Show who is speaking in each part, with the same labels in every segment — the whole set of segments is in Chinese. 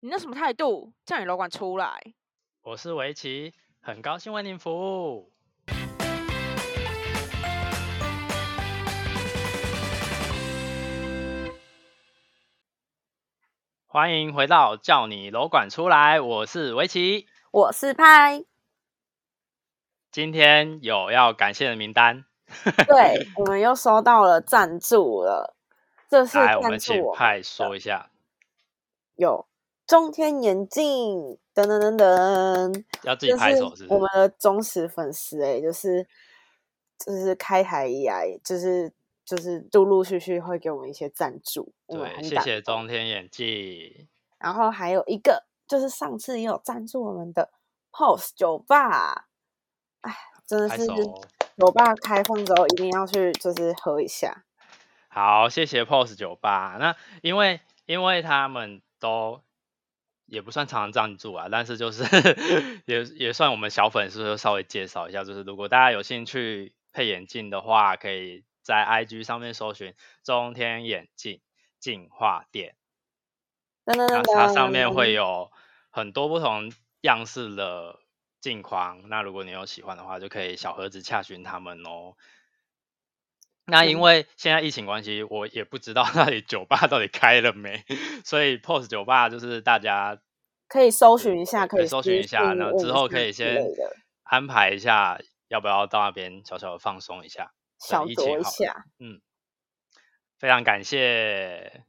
Speaker 1: 你那什么态度？叫你楼管出来！
Speaker 2: 我是围棋，很高兴为您服务。欢迎回到叫你楼管出来，我是围棋。
Speaker 3: 我 是拍，
Speaker 2: 今天有要感谢的名单，
Speaker 3: 对，我们又收到了赞助了，这是
Speaker 2: 来，我们
Speaker 3: 赞
Speaker 2: 请
Speaker 3: 助我
Speaker 2: 派说一下，
Speaker 3: 有中天眼镜，等等等等，
Speaker 2: 要自己
Speaker 3: 就
Speaker 2: 拍手是
Speaker 3: 是我
Speaker 2: 不
Speaker 3: 们
Speaker 2: 是？
Speaker 3: 的忠实粉丝哎、就是就是开台以来，就是就是陆陆续续会给我们一些赞助，我们
Speaker 2: 对，
Speaker 3: 很
Speaker 2: 谢
Speaker 3: 感
Speaker 2: 谢
Speaker 3: 动
Speaker 2: 中天演技。
Speaker 3: 然后还有一个就是上次也有赞助我们的 POS 酒吧，哎，真的
Speaker 2: 拍
Speaker 3: 是
Speaker 2: 手哦。
Speaker 3: 酒吧开放之后一定要去，就是喝一下。
Speaker 2: 好，谢谢 POS 酒吧。那因为因为他们都也不算常常赞助啊，但是就是 也也算我们小粉丝，就稍微介绍一下，就是如果大家有兴趣配眼镜的话，可以在 IG 上面搜寻中天眼镜进化店，
Speaker 3: 噔噔
Speaker 2: 那
Speaker 3: 噔
Speaker 2: 它
Speaker 3: 噔
Speaker 2: 上面
Speaker 3: 嗯
Speaker 2: 会有很多不同样式的镜框。那如果你有喜欢的话，就可以小盒子洽询他们哦。那因
Speaker 3: 嗯
Speaker 2: 为现在疫情关系，我也不知道 那里酒吧到底开了没， 所以 POS 酒吧就是大家
Speaker 3: 可以搜寻一下，
Speaker 2: 可以
Speaker 3: 以
Speaker 2: 搜
Speaker 3: 私
Speaker 2: 寻一下，
Speaker 3: 讯
Speaker 2: 然后
Speaker 3: 问
Speaker 2: 之
Speaker 3: 一
Speaker 2: 后
Speaker 3: 下
Speaker 2: 可以
Speaker 3: 之
Speaker 2: 先
Speaker 3: 类的
Speaker 2: 安排一下，要不要到那边小小的放松一下。
Speaker 3: 小
Speaker 2: 疫
Speaker 3: 酌
Speaker 2: 情
Speaker 3: 一
Speaker 2: 好
Speaker 3: 下，
Speaker 2: 非常感谢，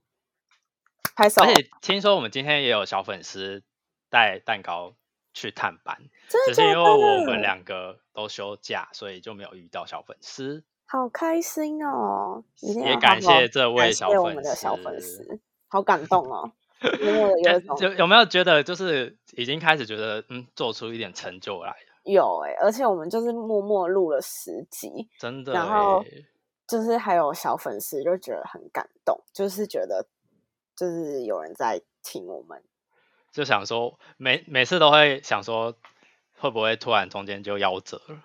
Speaker 3: 拍手
Speaker 2: 而，且听说我们今天也有小粉丝带蛋糕去探班，
Speaker 3: 真
Speaker 2: 只
Speaker 3: 的假
Speaker 2: 是因为我
Speaker 3: 的
Speaker 2: 们两个都休假，所以就没有遇到小粉丝。
Speaker 3: 好开心哦！一定
Speaker 2: 也
Speaker 3: 要
Speaker 2: 感
Speaker 3: 好好
Speaker 2: 谢这位
Speaker 3: 感
Speaker 2: 小
Speaker 3: 谢我
Speaker 2: 粉
Speaker 3: 们的小粉
Speaker 2: 丝
Speaker 3: 丝，好感动 哦！因为我有一
Speaker 2: 但
Speaker 3: 种
Speaker 2: 就有没有觉得就是已经开始觉得嗯，做出一点成就来了？
Speaker 3: 有哎、而且我们就是默默录了十集，
Speaker 2: 真的
Speaker 3: 然后
Speaker 2: 欸
Speaker 3: 就是还有小粉丝就觉得很感动，就是觉得就是有人在听我们，
Speaker 2: 就想说每每次都会想说，会不会突然中间就夭折了？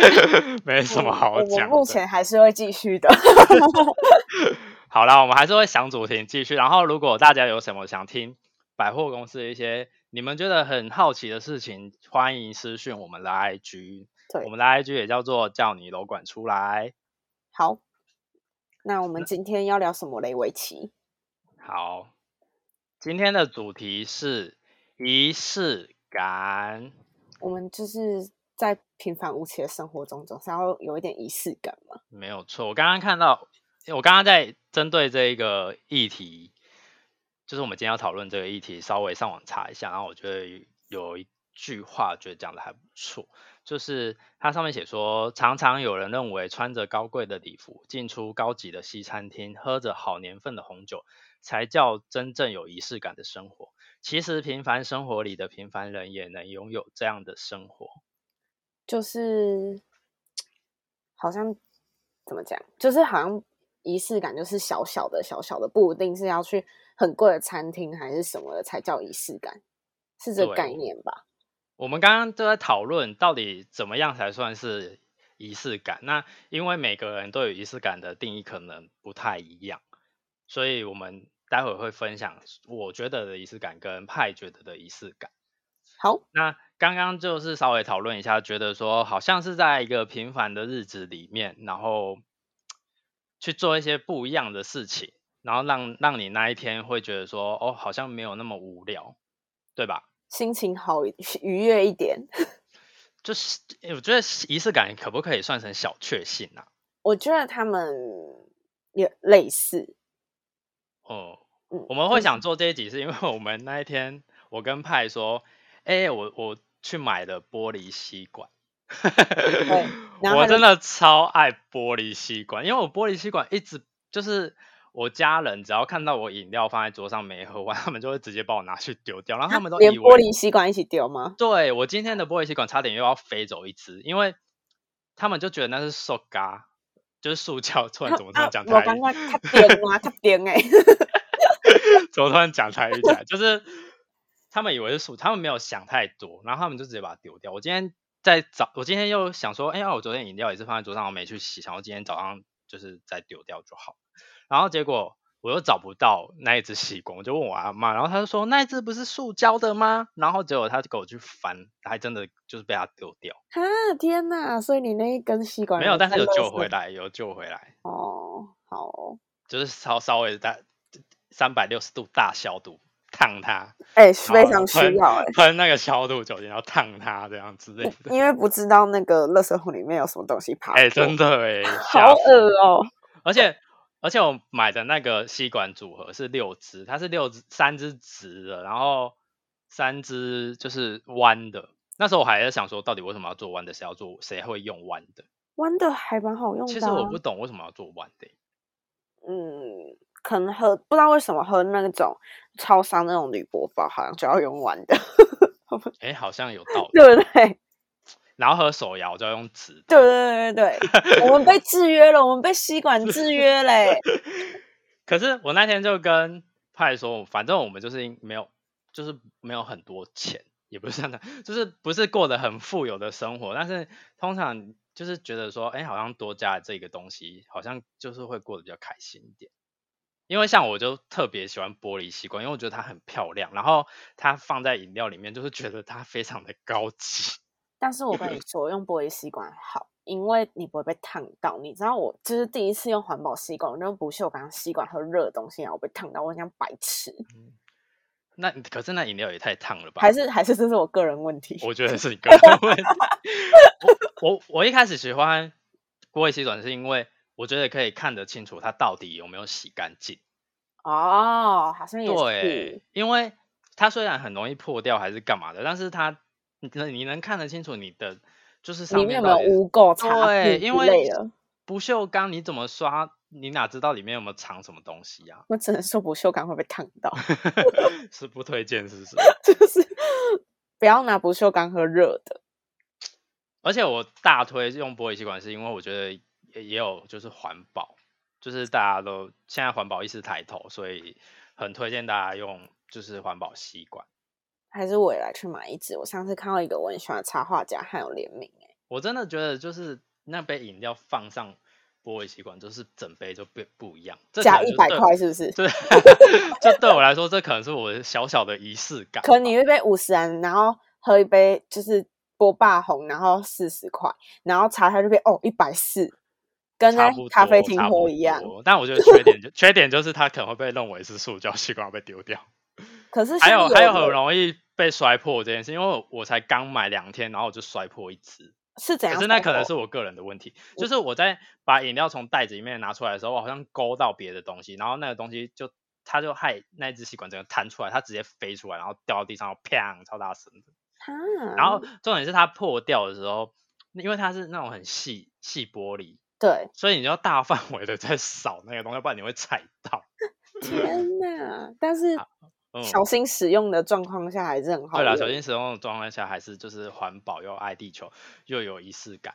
Speaker 2: 没什么
Speaker 3: 嗯
Speaker 2: 好
Speaker 3: 我
Speaker 2: 讲的。
Speaker 3: 们目前还是会继续的。
Speaker 2: 好啦，我们还是会想主题继续。然后，如果大家有什么想听百货公司的一些你们觉得很好奇的事情，欢迎私讯我们的 IG，
Speaker 3: 对
Speaker 2: 我们的 IG 也叫做叫你楼管出来。
Speaker 3: 好，那我们今天要聊什么雷维奇？
Speaker 2: 好，今天的主题是仪式感。
Speaker 3: 我们就是在平凡无奇的生活中，总是要有一点仪式感嘛。
Speaker 2: 没有错，我刚刚看到，我刚刚在针对这一个议题，就是我们今天要讨论这个议题，稍微上网查一下，然后我觉得有一句话觉得讲的还不错，就是它上面写说，常常有人认为穿着高贵的礼服，进出高级的西餐厅，喝着好年份的红酒，才叫真正有仪式感的生活。其实平凡生活里的平凡人也能拥有这样的生活。
Speaker 3: 就是好像怎么讲，就是好像仪式感就是小小的、小小的，不一定是要去很贵的餐厅还是什么的才叫仪式感，是这个
Speaker 2: 对
Speaker 3: 概念吧？
Speaker 2: 我们刚刚都在讨论到底怎么样才算是仪式感。那因为每个人对于仪式感的定义可能不太一样，所以我们待会会分享我觉得的仪式感跟派觉得的仪式感。
Speaker 3: 好，
Speaker 2: 那刚刚就是稍微讨论一下，觉得说好像是在一个平凡的日子里面，然后去做一些不一样的事情，然后让让你那一天会觉得说，哦，好像没有那么无聊，对吧？
Speaker 3: 心情好一愉悦一点。
Speaker 2: 就是诶我觉得仪式感可不可以算成小确幸啊？
Speaker 3: 我觉得他们也类似，
Speaker 2: 哦、
Speaker 3: 嗯，
Speaker 2: 我们会
Speaker 3: 就是
Speaker 2: 想做这一集，是因为我们那一天我跟派说，哎、我我去买了玻璃吸管，
Speaker 3: 然后他
Speaker 2: 我
Speaker 3: 就
Speaker 2: 真的超爱玻璃吸管，因为我玻璃吸管一直就是我家人只要看到我饮料放在桌上没喝完，他们就会直接帮我拿去丢掉，然后他们都
Speaker 3: 连
Speaker 2: 以
Speaker 3: 玻
Speaker 2: 为
Speaker 3: 璃吸管一起丢吗？
Speaker 2: 对我今天的玻璃吸管差点又要飞走一只，因为他们就觉得那是塑胶，就是塑胶。突然怎么突然讲台
Speaker 3: 啊我
Speaker 2: 语？
Speaker 3: 刚刚他点啊，他点哎，
Speaker 2: 怎么突然讲台语起来？就是他们以为是塑，他们没有想太多，然后他们就直接把它丢掉。我今天在早，我今天又想说，哎、呀，我昨天饮料也是放在桌上，我没去洗，想要今天早上就是再丢掉就好。然后结果我又找不到那一只细工，我就问我阿妈，然后她就说那一只不是塑胶的吗？然后结果她就给我去翻，还真的就是被她丢掉，
Speaker 3: 哈，天哪！所以你那一根吸管
Speaker 2: 没有，但是有救回
Speaker 3: 来
Speaker 2: 来，有救回来，
Speaker 3: 哦。好哦，
Speaker 2: 就是稍稍微大三百六十度大消毒烫它，
Speaker 3: 哎、非
Speaker 2: 然后
Speaker 3: 常需
Speaker 2: 喷
Speaker 3: 要哎、
Speaker 2: 喷那个消毒酒精，然后烫它这样之类的，
Speaker 3: 因为不知道那个垃圾桶里面有什么东西爬过。
Speaker 2: 哎、真的哎、
Speaker 3: 好
Speaker 2: 吓死
Speaker 3: 恶哦、
Speaker 2: 而且而且我买的那个吸管组合是六支，它是六支，三支直的，然后三支就是弯的。那时候我还在想说，到底为什么要做弯的？谁要做？谁会用弯的？
Speaker 3: 弯的还蛮好用的啊、
Speaker 2: 其实我不懂为什么要做弯的欸、
Speaker 3: 嗯，可能喝不知道为什么喝那种超商那种铝箔包，好像就要用弯的，
Speaker 2: 哎、好像有道理。
Speaker 3: 对不对？
Speaker 2: 然后喝手摇就要用直的，
Speaker 3: 对对对对对，我们被制约了，我们被吸管制约嘞。
Speaker 2: 可是我那天就跟派说，反正我们就是没有，就是没有很多钱，也不是这样讲，就是不是过得很富有的生活，但是通常就是觉得说，哎、好像多加了这个东西，好像就是会过得比较开心一点。因为像我就特别喜欢玻璃吸管，因为我觉得它很漂亮，然后它放在饮料里面，就是觉得它非常的高级。
Speaker 3: 但是我
Speaker 2: 嗯
Speaker 3: 跟你说，用玻璃吸管好，因为你不会被烫到。你知道我就是第一次用环保吸管，我用不锈钢吸管喝热的东西，然后我被烫到，我很像白痴。
Speaker 2: 那可是那饮料也太烫了吧？
Speaker 3: 还是还是这是我个人问 题。
Speaker 2: 我觉得是你个人问题。 我我我一开始喜欢郭璃吸管，是因为我觉得可以看得清楚它到底有没有洗干净。
Speaker 3: 哦，好像也是
Speaker 2: 对。，因为它虽然很容易破掉还是干嘛的，但是它你你能看得清楚你的就是上
Speaker 3: 里面有没
Speaker 2: 到
Speaker 3: 有
Speaker 2: 底是
Speaker 3: 污垢、擦
Speaker 2: 对，
Speaker 3: 屁
Speaker 2: 因
Speaker 3: 之类
Speaker 2: 为
Speaker 3: 的
Speaker 2: 不锈钢你怎么刷，你哪知道里面有没有藏什么东西 呀、
Speaker 3: 我只能说不锈钢会被烫到，
Speaker 2: 是不推荐，是不是？
Speaker 3: 就是不要拿不锈钢喝热的。
Speaker 2: 而且我大推用玻璃吸管，是因为我觉得也也有就是环保，就是大家都现在环保意识抬头，所以很推荐大家用就是环保吸管。
Speaker 3: 还是我也来去买一支。我上次看到一个我很喜欢的插画家，还有联名、欸，
Speaker 2: 我真的觉得就是那杯饮料放上玻璃吸管，就是整杯就不不一样，这
Speaker 3: 加
Speaker 2: 可能
Speaker 3: 一
Speaker 2: 就
Speaker 3: 百
Speaker 2: 对
Speaker 3: 块是不是？
Speaker 2: 对，这对我来说，这可能是我的小小的仪式感吧。
Speaker 3: 可能你一杯五十元，然后喝一杯就是波霸红，然后四十块，然后茶它就变哦一百四，跟
Speaker 2: 差
Speaker 3: 在
Speaker 2: 不
Speaker 3: 咖啡
Speaker 2: 多
Speaker 3: 厅
Speaker 2: 差
Speaker 3: 喝
Speaker 2: 不
Speaker 3: 一样。
Speaker 2: 多但我觉得缺点就 缺点就是它可能会被认为是塑胶吸管被丢掉。
Speaker 3: 可是
Speaker 2: 还
Speaker 3: 像
Speaker 2: 有还有
Speaker 3: 的
Speaker 2: 很容易被摔破这件事，因为我我才刚买两天，然后我就摔破一只。
Speaker 3: 是怎样
Speaker 2: 可
Speaker 3: 才
Speaker 2: 是
Speaker 3: 有？
Speaker 2: 那可能是我个人的问题，就是我在把饮料从袋子里面拿出来的时候，我好像勾到别的东西，然后那个东西就它就害那只吸管整个弹出来，它直接飞出来，然后掉到地上，砰，超大声的。
Speaker 3: 啊，
Speaker 2: 然后重点是它破掉的时候，因为它是那种很细细玻璃，
Speaker 3: 对，
Speaker 2: 所以你就要大范围的在扫那个东西，不然你会踩到。
Speaker 3: 天哪！但是
Speaker 2: 嗯，
Speaker 3: 小心使用的状况下还是很好
Speaker 2: 对
Speaker 3: 用，
Speaker 2: 啦，小心使用的状况下，还是就是环保又爱地球又有仪式 感。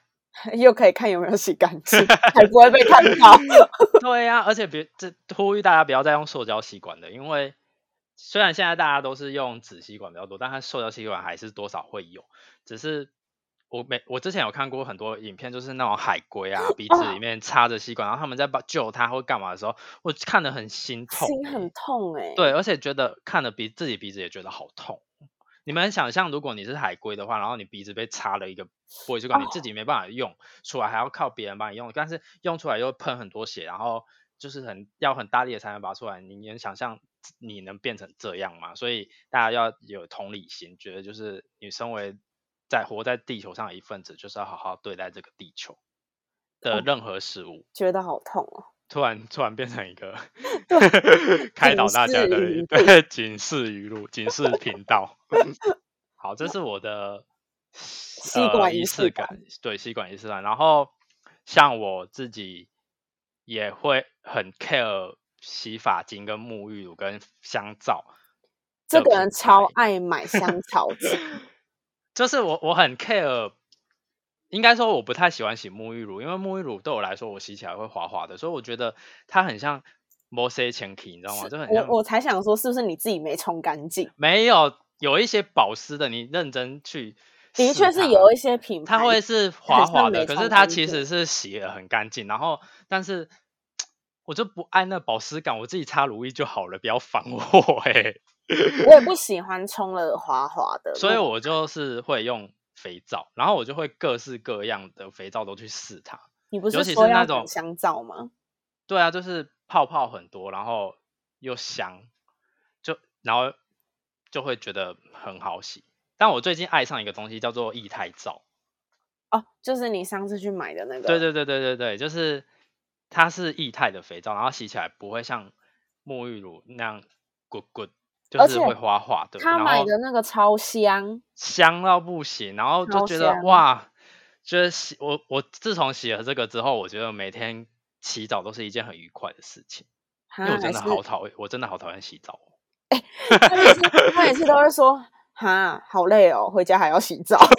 Speaker 3: 又可以看有没有洗干 净，还不会被看到。
Speaker 2: 对呀、而且别这呼吁大家不要再用塑胶吸管的，因为虽然现在大家都是用纸吸管比较多，但它塑胶吸管还是多少会有。只是我每我之前有看过很多影片，就是那种海龟啊，鼻子里面插着吸管，然后他们在把救它或干嘛的时候，我看得很心痛
Speaker 3: 心
Speaker 2: 欸、
Speaker 3: 很痛哎、
Speaker 2: 对，而且觉得看了鼻自己鼻子也觉得好痛。你们想象，如果你是海龟的话，然后你鼻子被插了一个玻璃吸管，你自己没办法用出来，还要靠别人帮你用，但是用出来又喷很多血，然后就是很要很大力的才能拔出来。你能想象你能变成这样吗？所以大家要有同理心，觉得就是你身为在活在地球上的一份子，就是要好好对待这个地球的任何事物。
Speaker 3: 觉得好痛哦。
Speaker 2: 突然突然变成 一个开
Speaker 3: 警
Speaker 2: 导大家
Speaker 3: 示
Speaker 2: 的
Speaker 3: 语
Speaker 2: 一对警示语录、警示频道。 好，这是我的吸
Speaker 3: 管仪
Speaker 2: 仪
Speaker 3: 式
Speaker 2: 式感，对吸管仪式感。然后像我自己也会很 care 洗发精、跟沐浴乳、跟香皂。
Speaker 3: 这
Speaker 2: 的
Speaker 3: 个人
Speaker 2: 品
Speaker 3: 超
Speaker 2: 牌
Speaker 3: 爱买香 草精
Speaker 2: 就是我我很 care，应该说我不太喜欢洗沐浴乳，因为沐浴乳对我来说我洗起来会滑滑的，所以我觉得它很像 m o s e 前提，你知道吗？就很像
Speaker 3: 我我才想说，是不是你自己没冲干净？
Speaker 2: 没有有一些保湿的，你认真去试它，
Speaker 3: 的确是有一些品牌，
Speaker 2: 它会是滑
Speaker 3: 像
Speaker 2: 滑
Speaker 3: 没
Speaker 2: 的，可
Speaker 3: 冲
Speaker 2: 是它
Speaker 3: 干
Speaker 2: 其
Speaker 3: 净
Speaker 2: 实是洗的很干净，然后但是我就不爱那保湿感，我自己擦乳液就好了，不要烦我 哎、
Speaker 3: 我也不喜欢冲了滑滑的，
Speaker 2: 所以我就是会用肥皂，然后我就会各式各样的肥皂都去试它。
Speaker 3: 你不
Speaker 2: 尤
Speaker 3: 是
Speaker 2: 其
Speaker 3: 说
Speaker 2: 是那
Speaker 3: 要
Speaker 2: 种
Speaker 3: 种香皂吗？
Speaker 2: 对啊，就是泡泡很多，然后又香，就然后就会觉得很好洗。但我最近爱上一个东西叫做液态皂，
Speaker 3: 哦，就是你上次去买的那个，
Speaker 2: 对对对对对对，就是它是液态的肥皂，然后洗起来不会像沐浴乳那样滚滚，就
Speaker 3: 而
Speaker 2: 是
Speaker 3: 且
Speaker 2: 会滑滑的。
Speaker 3: 他
Speaker 2: 然
Speaker 3: 买
Speaker 2: 后
Speaker 3: 的那个超香，
Speaker 2: 香到不行，然后就
Speaker 3: 超
Speaker 2: 觉得
Speaker 3: 香
Speaker 2: 哇，就是洗我我自从洗了这个之后，我觉得每天洗澡都是一件很愉快的事情，
Speaker 3: 哈
Speaker 2: 因为我真
Speaker 3: 啊还
Speaker 2: 的
Speaker 3: 是
Speaker 2: 好讨厌，我真的好讨厌洗澡哦。
Speaker 3: 他每次他每次都会说哈好累哦，回家还要洗澡，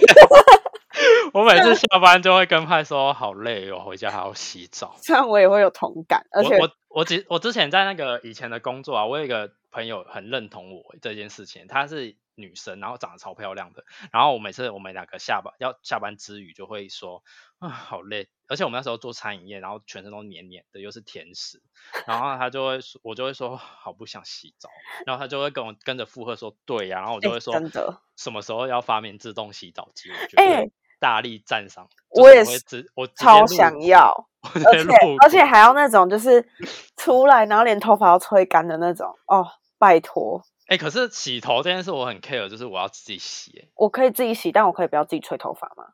Speaker 2: 我每次下班就会跟派说好累哦，回家还要洗澡。
Speaker 3: 这样我也会有同感，而且
Speaker 2: 我我我之我之前在那个以前的工作啊，我有一个朋友很认同我这件事情，她是女生，然后长得超漂亮的，然后我每次我们两个下班要下班之余就会说啊好累，而且我们那时候做餐饮业，然后全身都黏黏的，又是甜食，然后她就会说我就会说好不想洗澡，然后她就会跟我跟着附和说对呀、然后我就
Speaker 3: 哎
Speaker 2: 会说、
Speaker 3: 真的
Speaker 2: 什么时候要发明自动洗澡机，我觉得
Speaker 3: 哎
Speaker 2: 大力赞赏。
Speaker 3: 我
Speaker 2: 就是
Speaker 3: 也
Speaker 2: 会
Speaker 3: 是
Speaker 2: 直，我直接
Speaker 3: 超
Speaker 2: 录
Speaker 3: 想要，
Speaker 2: 我直
Speaker 3: 而
Speaker 2: 接
Speaker 3: 且
Speaker 2: 录
Speaker 3: 而且还要那种就是出来然后连头发都吹干的那种哦，拜托，
Speaker 2: 哎、可是洗头这件事我很 care，就是我要自己洗欸、
Speaker 3: 我可以自己洗，但我可以不要自己吹头发吗？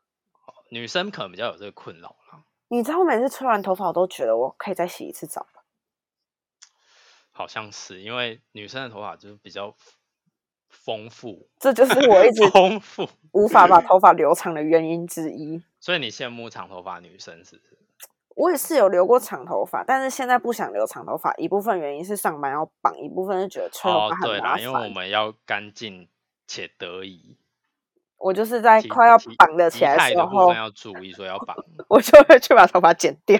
Speaker 2: 女生可能比较有这个困扰啦，
Speaker 3: 你知道我每次吹完头发，我都觉得我可以再洗一次澡。
Speaker 2: 好像是因为女生的头发就是比较丰富，
Speaker 3: 这就是我 一直
Speaker 2: 丰富，
Speaker 3: 无法把头发留长的原因之一。
Speaker 2: 所以你羡慕长头发女生是不是？
Speaker 3: 我也是有留过长头发，但是现在不想留长头发，一部分原因是上班要绑，一部分是觉得吹头
Speaker 2: 哦
Speaker 3: 发，很
Speaker 2: 对
Speaker 3: 麻
Speaker 2: 啦，
Speaker 3: 烦。
Speaker 2: 因为我们要干净且得宜，
Speaker 3: 我就是在
Speaker 2: 体
Speaker 3: 快要
Speaker 2: 体
Speaker 3: 绑得
Speaker 2: 体
Speaker 3: 起来
Speaker 2: 态
Speaker 3: 时
Speaker 2: 的部
Speaker 3: 候
Speaker 2: 分，要注意，所以要绑。
Speaker 3: 我就会去把头发剪掉。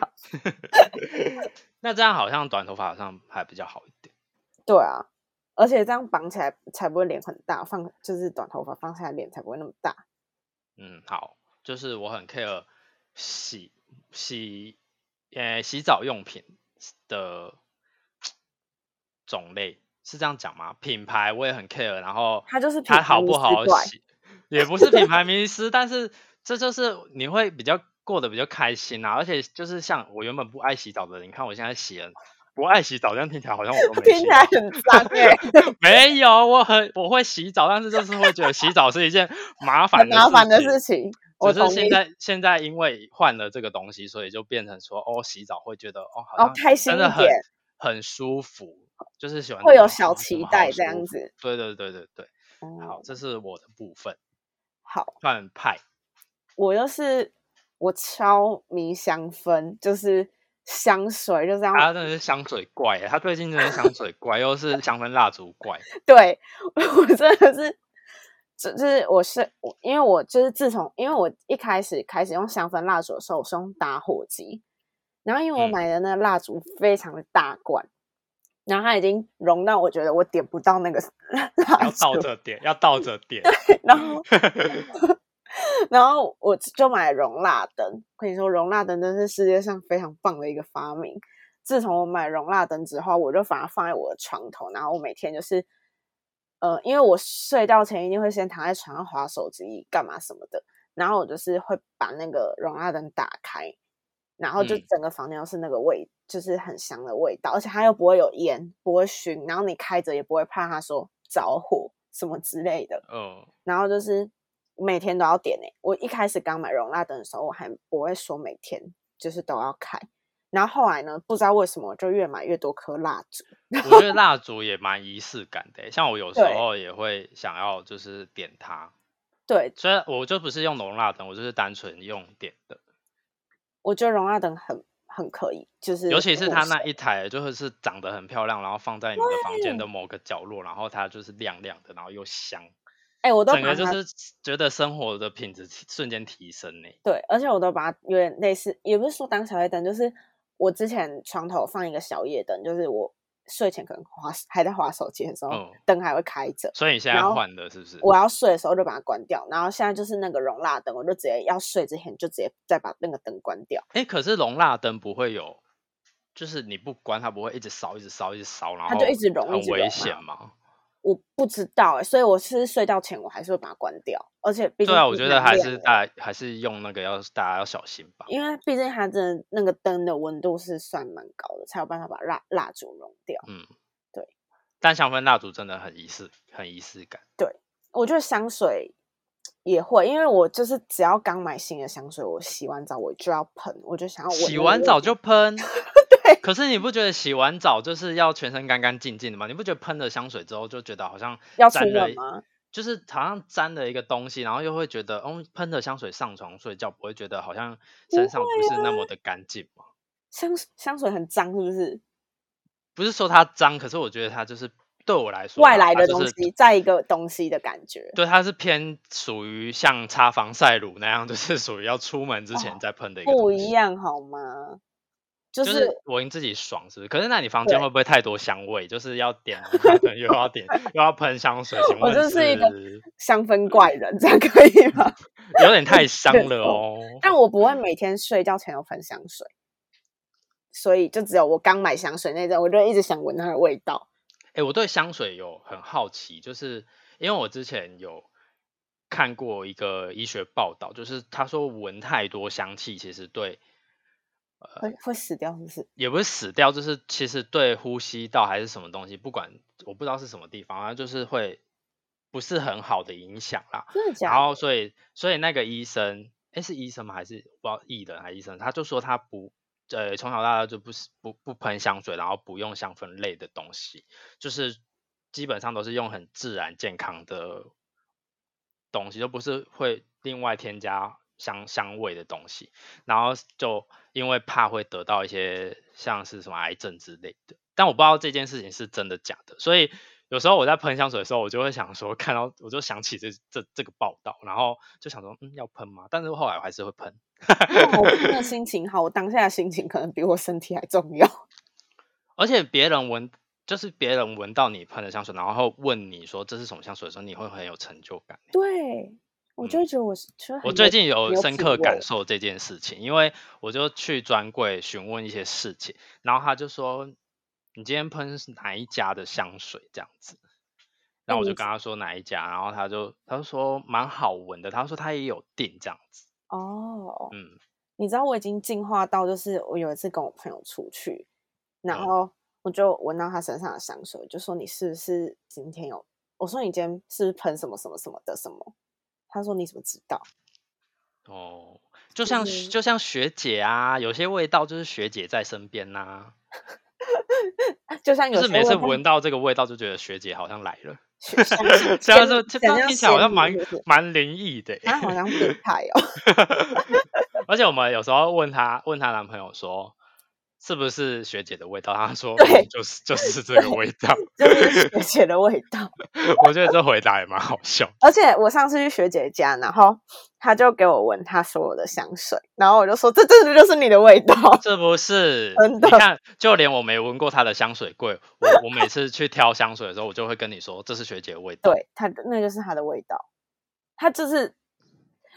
Speaker 2: 那这样好像短头发好像还比较好一点。
Speaker 3: 对啊，而且这样绑起来才不会脸很大，放就是短头发放下来脸才不会那么大。
Speaker 2: 嗯，好，就是我很 care 洗洗呃洗澡用品的种类，是这样讲吗？品牌我也很 care，然后
Speaker 3: 它就是品
Speaker 2: 它
Speaker 3: 牌
Speaker 2: 好
Speaker 3: 迷
Speaker 2: 不
Speaker 3: 思
Speaker 2: 好
Speaker 3: 怪
Speaker 2: 洗，也不是品牌迷失，但是这就是你会比较过得比较开心啊，而且就是像我原本不爱洗澡的人，你看我现在洗了。不爱洗澡，这样听起来好像我都 没
Speaker 3: 听
Speaker 2: 洗
Speaker 3: 起来
Speaker 2: 澡。
Speaker 3: 很 脏哎、
Speaker 2: 没有，我很我会洗澡，但是就是会觉得洗澡是一件麻烦
Speaker 3: 很
Speaker 2: 的
Speaker 3: 麻烦的
Speaker 2: 情
Speaker 3: 事情。我
Speaker 2: 只是
Speaker 3: 同
Speaker 2: 现
Speaker 3: 意。
Speaker 2: 在现在因为换了这个东西，所以就变成说，哦，洗澡会觉得哦，好
Speaker 3: 哦
Speaker 2: 像，
Speaker 3: 开心
Speaker 2: 真的
Speaker 3: 一
Speaker 2: 很
Speaker 3: 点，
Speaker 2: 很舒服，就是喜欢
Speaker 3: 会有
Speaker 2: 哦
Speaker 3: 小
Speaker 2: 好怎么
Speaker 3: 期
Speaker 2: 好
Speaker 3: 待这
Speaker 2: 舒
Speaker 3: 样
Speaker 2: 服
Speaker 3: 子。
Speaker 2: 对对对对对，好，
Speaker 3: 哦
Speaker 2: 这是我的部分。
Speaker 3: 好，
Speaker 2: 换派，
Speaker 3: 我就是我超迷香氛，就是香水，就这样。
Speaker 2: 啊他真的是香水怪欸耶，他最近真的是香水怪，又是香氛蜡烛 怪。
Speaker 3: 对我真的是，就就是我是我，因为我就是自从因为我一开始开始用香氛蜡烛的时候，我是用打火机，然后因为我
Speaker 2: 嗯
Speaker 3: 买的那个蜡烛非常的大罐。然后它已经融到，我觉得我点不到那个 蜡
Speaker 2: 要倒
Speaker 3: 烛，
Speaker 2: 着点，要倒着 点。
Speaker 3: 然后然后我就买了容蜡灯。跟你说，容蜡灯真是世界上非常棒的一个发明。自从我买容蜡灯之后，我就把它放在我的床头，然后我每天就是，呃，因为我睡觉前一定会先躺在床上划手机、干嘛什么的，然后我就是会把那个容蜡灯打开，然后就
Speaker 2: 嗯
Speaker 3: 整个房间都是那个味，就是很香的味道，而且它又不会有烟，不会熏，然后你开着也不会怕它说着火什么之类的。
Speaker 2: 嗯，
Speaker 3: 然后就是每天都要点诶、我一开始刚买容蜡灯的时候，我还不会说每天就是都要开。然后后来呢，不知道为什么就越买越多颗蜡烛。
Speaker 2: 我觉得蜡烛也蛮仪式感的耶，欸像我有时
Speaker 3: 对
Speaker 2: 候也会想要就是点它，
Speaker 3: 对，
Speaker 2: 虽然我就不是用容蜡灯，我就是单纯用点的。
Speaker 3: 我觉得容蜡灯很很可以，就是
Speaker 2: 尤其是
Speaker 3: 入
Speaker 2: 它
Speaker 3: 手
Speaker 2: 那一台，就是是长得很漂亮，然后放在你的房间的某个角落，然后它就是亮亮的，然后又香，
Speaker 3: 哎、我都
Speaker 2: 整
Speaker 3: 把
Speaker 2: 个就
Speaker 3: 它
Speaker 2: 是觉得生活的品质提瞬间提升呢、
Speaker 3: 对，而且我都把它有点类似，也不是说当小夜灯，就是我之前床头放一个小夜灯，就是我睡前可能滑还在滑手机的时候，
Speaker 2: 嗯
Speaker 3: 灯还会开着。
Speaker 2: 所以你现在
Speaker 3: 然后
Speaker 2: 换的是不是？
Speaker 3: 我要睡的时候就把它关掉，然后现在就是那个容蜡灯，我就直接要睡之前就直接再把那个灯关掉。
Speaker 2: 哎、可是容蜡灯不会有，就是你不关它不会一直烧，一直烧，一直烧，然后
Speaker 3: 它就一直融
Speaker 2: 很
Speaker 3: 一直
Speaker 2: 危
Speaker 3: 融
Speaker 2: 险
Speaker 3: 啊
Speaker 2: 嘛。
Speaker 3: 我不知道哎、所以我是睡觉前我还是会把它关掉，而且毕竟
Speaker 2: 对啊，我
Speaker 3: 是
Speaker 2: 觉得
Speaker 3: 蛮
Speaker 2: 还
Speaker 3: 亮
Speaker 2: 是
Speaker 3: 的
Speaker 2: 大还是用那个要大家要小心吧。
Speaker 3: 因为毕竟它的那个灯的温度是算蛮高的，才有办法把蜡蜡烛融掉。
Speaker 2: 嗯，
Speaker 3: 对。
Speaker 2: 但香氛蜡烛真的很仪式，很仪式感。
Speaker 3: 我觉得香水也会，因为我就是只要刚买新的香水，我洗完澡我就要喷，我就想要闻那
Speaker 2: 洗
Speaker 3: 个
Speaker 2: 完
Speaker 3: 味
Speaker 2: 澡
Speaker 3: 道
Speaker 2: 就喷，
Speaker 3: 对
Speaker 2: 可是你不觉得洗完澡就是要全身干干净净的吗？你不觉得喷了香水之后就觉得好像
Speaker 3: 要
Speaker 2: 沾
Speaker 3: 出
Speaker 2: 了
Speaker 3: 门吗？
Speaker 2: 就是好像沾了一个东西，然后又会觉得，哦，喷了香水上床睡觉不会觉得好像身上不是
Speaker 3: 啊
Speaker 2: 那么的干净吗？
Speaker 3: 香香水很脏是不是？
Speaker 2: 不是说它脏，可是我觉得它就是对我来说啊，
Speaker 3: 外来
Speaker 2: 它
Speaker 3: 的
Speaker 2: 就
Speaker 3: 东
Speaker 2: 是
Speaker 3: 西，再一个东西的感觉。
Speaker 2: 对，它是偏属于像擦防晒乳那样，就是属于要出门之前再喷的一个、
Speaker 3: 哦不一，样好吗？就、
Speaker 2: 就是是闻自己爽，是不是？可是那你房间
Speaker 3: 对
Speaker 2: 会不会太多香味？就是要点蜡烛，又 要点，又要喷香水，请
Speaker 3: 我
Speaker 2: 问
Speaker 3: 就是一个
Speaker 2: 是
Speaker 3: 香氛怪人，这样可以 吗？
Speaker 2: 有点太香
Speaker 3: 接受
Speaker 2: 了哦。
Speaker 3: 但我不会每天睡觉前有喷香水，所以就只有我刚买香水那阵，我就一直想闻它的味道。
Speaker 2: 哎、我对香水有很好奇，就是因为我之前有看过一个医学报道，就是他说闻太多香气，其实对呃
Speaker 3: 会会死掉是不是？
Speaker 2: 也不是死掉，就是其实对呼吸道还是什么东西，不管我不知道是什么地方，反正就是会不是很好的影响啦。
Speaker 3: 真的假
Speaker 2: 然
Speaker 3: 的？
Speaker 2: 后所以所以那个医生，哎是医生吗？还是不知道艺人还是医生？他就说他不，呃，从小到大就不是不不喷香水，然后不用香氛类的东西，就是基本上都是用很自然健康的东西，就不是会另外添加香香味的东西。然后就因为怕会得到一些像是什么癌症之类的，但我不知道这件事情是真的假的，所以有时候我在喷香水的时候，我就会想说，看到我就想起这这这个报道，然后就想说，嗯，要喷吗？但是后来我还是会喷，
Speaker 3: 那我真的心情好，我当下的心情可能比我身体还重要。
Speaker 2: 而且别人闻。就是别人闻到你喷的香水，然后问你说这是什么香水的时候，你会很有成就感。
Speaker 3: 对，我就会觉得我是， 就会
Speaker 2: 嗯我
Speaker 3: 很
Speaker 2: 最
Speaker 3: 有
Speaker 2: 近有
Speaker 3: 很有
Speaker 2: 深
Speaker 3: 品
Speaker 2: 刻
Speaker 3: 味
Speaker 2: 感受这件事情，因为我就去专柜询问一些事情，然后他就说你今天喷是哪一家的香水这样子，然
Speaker 3: 那
Speaker 2: 后我
Speaker 3: 你
Speaker 2: 就跟他说哪一家，然后他就他就说蛮好闻的，他说他也有订这样子，
Speaker 3: 哦。
Speaker 2: 嗯，
Speaker 3: 你知道我已经进化到，就是我有一次跟我朋友出去，然
Speaker 2: 嗯
Speaker 3: 后我就闻到他身上的香水，我就说你是不是今天有？我说你今天是不是喷什么什么什么的什么？他说你怎么知道？
Speaker 2: 哦，就
Speaker 3: 就
Speaker 2: 像
Speaker 3: 是
Speaker 2: 就像学姐啊，有些味道就是学姐在身边呐、
Speaker 3: 就像有
Speaker 2: 就是
Speaker 3: 些
Speaker 2: 每
Speaker 3: 味
Speaker 2: 次
Speaker 3: 道
Speaker 2: 闻到这个味道就觉得学姐好像来了，
Speaker 3: 学 像是
Speaker 2: 这样
Speaker 3: 仙
Speaker 2: 就
Speaker 3: 女
Speaker 2: 这
Speaker 3: 想
Speaker 2: 样
Speaker 3: 要
Speaker 2: 听起来好
Speaker 3: 仙
Speaker 2: 像
Speaker 3: 女
Speaker 2: 蛮
Speaker 3: 是不是
Speaker 2: 蛮灵异的欸、
Speaker 3: 他好像 变态哦。
Speaker 2: 而且我们有时候问她问她男朋友说，是不是学姐的味道？她说，
Speaker 3: 对
Speaker 2: 嗯就是就是这个味道。
Speaker 3: 就是学姐的味道。
Speaker 2: 我觉得这回答也蛮好 笑。
Speaker 3: 而且我上次去学姐家，然后她就给我闻她所有的香水，然后我就说这真的就是你的味道。
Speaker 2: 是不是？
Speaker 3: 真的
Speaker 2: 你看，就连我没闻过她的香水柜，我我每次去挑香水的时候，我就会跟你说这是学姐的味道。
Speaker 3: 对，它的那就是它的味道。它就是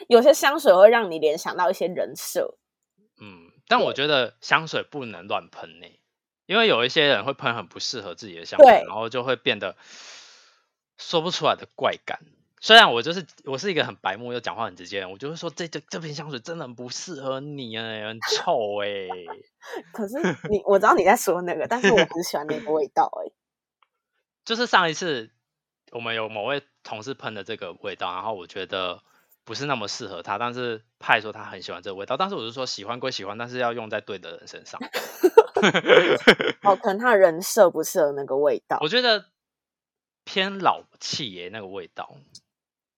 Speaker 3: 有些香水会让你联想到一些人设，
Speaker 2: 嗯，但我觉得香水不能乱喷呢、因为有一些人会喷很不适合自己的香水，
Speaker 3: 对
Speaker 2: 然后就会变得说不出来的怪感。虽然我就是我是一个很白目又讲话很直接的人，我就会说这这这瓶香水真的很不适合你哎、很臭哎、
Speaker 3: 可 是你我知道你在说那个，但是我很喜欢那个味道哎、
Speaker 2: 就是上一次我们有某位同事喷的这个味道，然后我觉得不是那么适合他，但是派说他很喜欢这个味道，但是我就说喜欢归喜欢，但是要用在对的人身上。
Speaker 3: 哦，可能他的人设不适合那个味道
Speaker 2: 我。觉得偏老气耶、那个味道。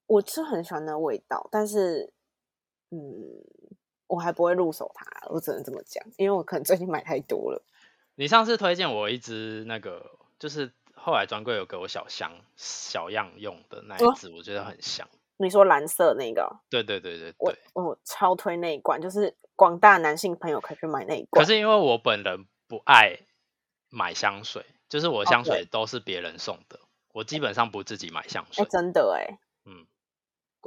Speaker 3: 我是很喜欢那个味道，但是嗯，我还不会入手它，我只能这么讲，因为我可能最近买太多了。
Speaker 2: 你上次推荐我一支那个，就是后来专柜有给我小箱小样用的那一
Speaker 3: 哦
Speaker 2: 支，我觉得很香。
Speaker 3: 你说蓝色那个哦，
Speaker 2: 对对对对
Speaker 3: 我
Speaker 2: 对。
Speaker 3: 我超推那一罐，就是广大男性朋友可以去买那一
Speaker 2: 可
Speaker 3: 罐。
Speaker 2: 是因为我本人不爱买香水，就是我香
Speaker 3: 哦对
Speaker 2: 水都是别人送的，我基本上不自己买香
Speaker 3: 哎、
Speaker 2: 水。
Speaker 3: 真的哎、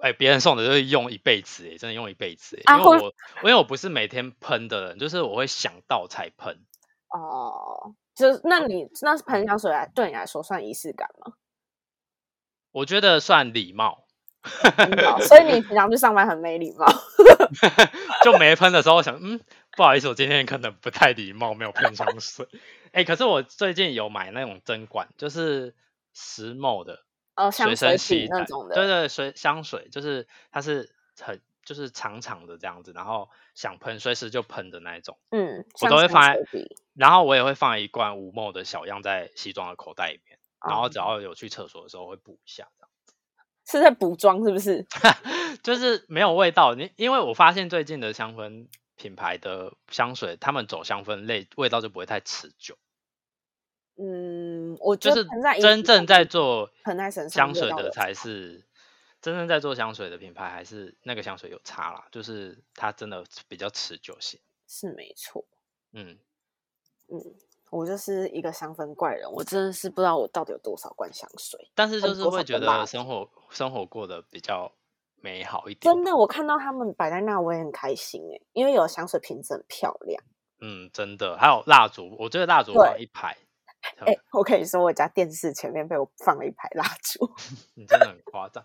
Speaker 2: 哎，别人送的就是用一辈子、哎，真的用一辈子、哎
Speaker 3: 啊
Speaker 2: 因
Speaker 3: 会
Speaker 2: 为我因为我不是每天喷的人，就是我会想到才喷。
Speaker 3: 哦，就是那你那喷香水来对你来说算仪式感吗？
Speaker 2: 我觉得算礼貌，
Speaker 3: 很好所以你平常去上班很没礼貌。
Speaker 2: 就没喷的时候想，嗯，不好意思，我今天可能不太礼貌，没有喷香水。 哎、可是我最近有买那种针管，就是石墨的
Speaker 3: 哦，香水
Speaker 2: 随身
Speaker 3: 瓶
Speaker 2: 携
Speaker 3: 那
Speaker 2: 带
Speaker 3: 种
Speaker 2: 对
Speaker 3: 的，
Speaker 2: 对，水香水就是它是很就是长长的这样子，然后想喷随时就喷的那一种。
Speaker 3: 嗯，
Speaker 2: 我
Speaker 3: 像
Speaker 2: 都会
Speaker 3: 香
Speaker 2: 放在
Speaker 3: 水笔，
Speaker 2: 然后我也会放一罐五梦的小样在西装的口袋里面，然后
Speaker 3: 哦
Speaker 2: 只要有去厕所的时候会补一下，
Speaker 3: 是在补妆是不是？
Speaker 2: 就是没有味道。你因为我发现最近的香氛品牌的香水，他们走香氛类，味道就不会太持久，
Speaker 3: 嗯，我觉
Speaker 2: 就
Speaker 3: 得
Speaker 2: 是
Speaker 3: 喷在衣
Speaker 2: 真
Speaker 3: 服
Speaker 2: 正
Speaker 3: 上
Speaker 2: 在
Speaker 3: 面
Speaker 2: 做
Speaker 3: 喷在身上
Speaker 2: 香
Speaker 3: 味
Speaker 2: 水
Speaker 3: 道
Speaker 2: 的
Speaker 3: 有
Speaker 2: 才
Speaker 3: 差
Speaker 2: 是。真正在做香水的品牌，还是那个香水有差啦，就是它真的比较持久性。
Speaker 3: 是没错。
Speaker 2: 嗯，
Speaker 3: 我就是一个香氛怪人，我真的是不知道我到底有多少罐香水。
Speaker 2: 但是
Speaker 3: 很
Speaker 2: 就是
Speaker 3: 多
Speaker 2: 会
Speaker 3: 少
Speaker 2: 觉
Speaker 3: 个垃
Speaker 2: 得生活生活过得比较美好一点。
Speaker 3: 真的，我看到他们摆在那，我也很开心哎、因为有香水瓶子很漂亮。
Speaker 2: 嗯，真的，还有蜡烛，我觉得蜡烛放
Speaker 3: 对
Speaker 2: 一排，很
Speaker 3: 哎、我跟你说，我家电视前面被我放了一排蜡烛。
Speaker 2: 你真的很夸张。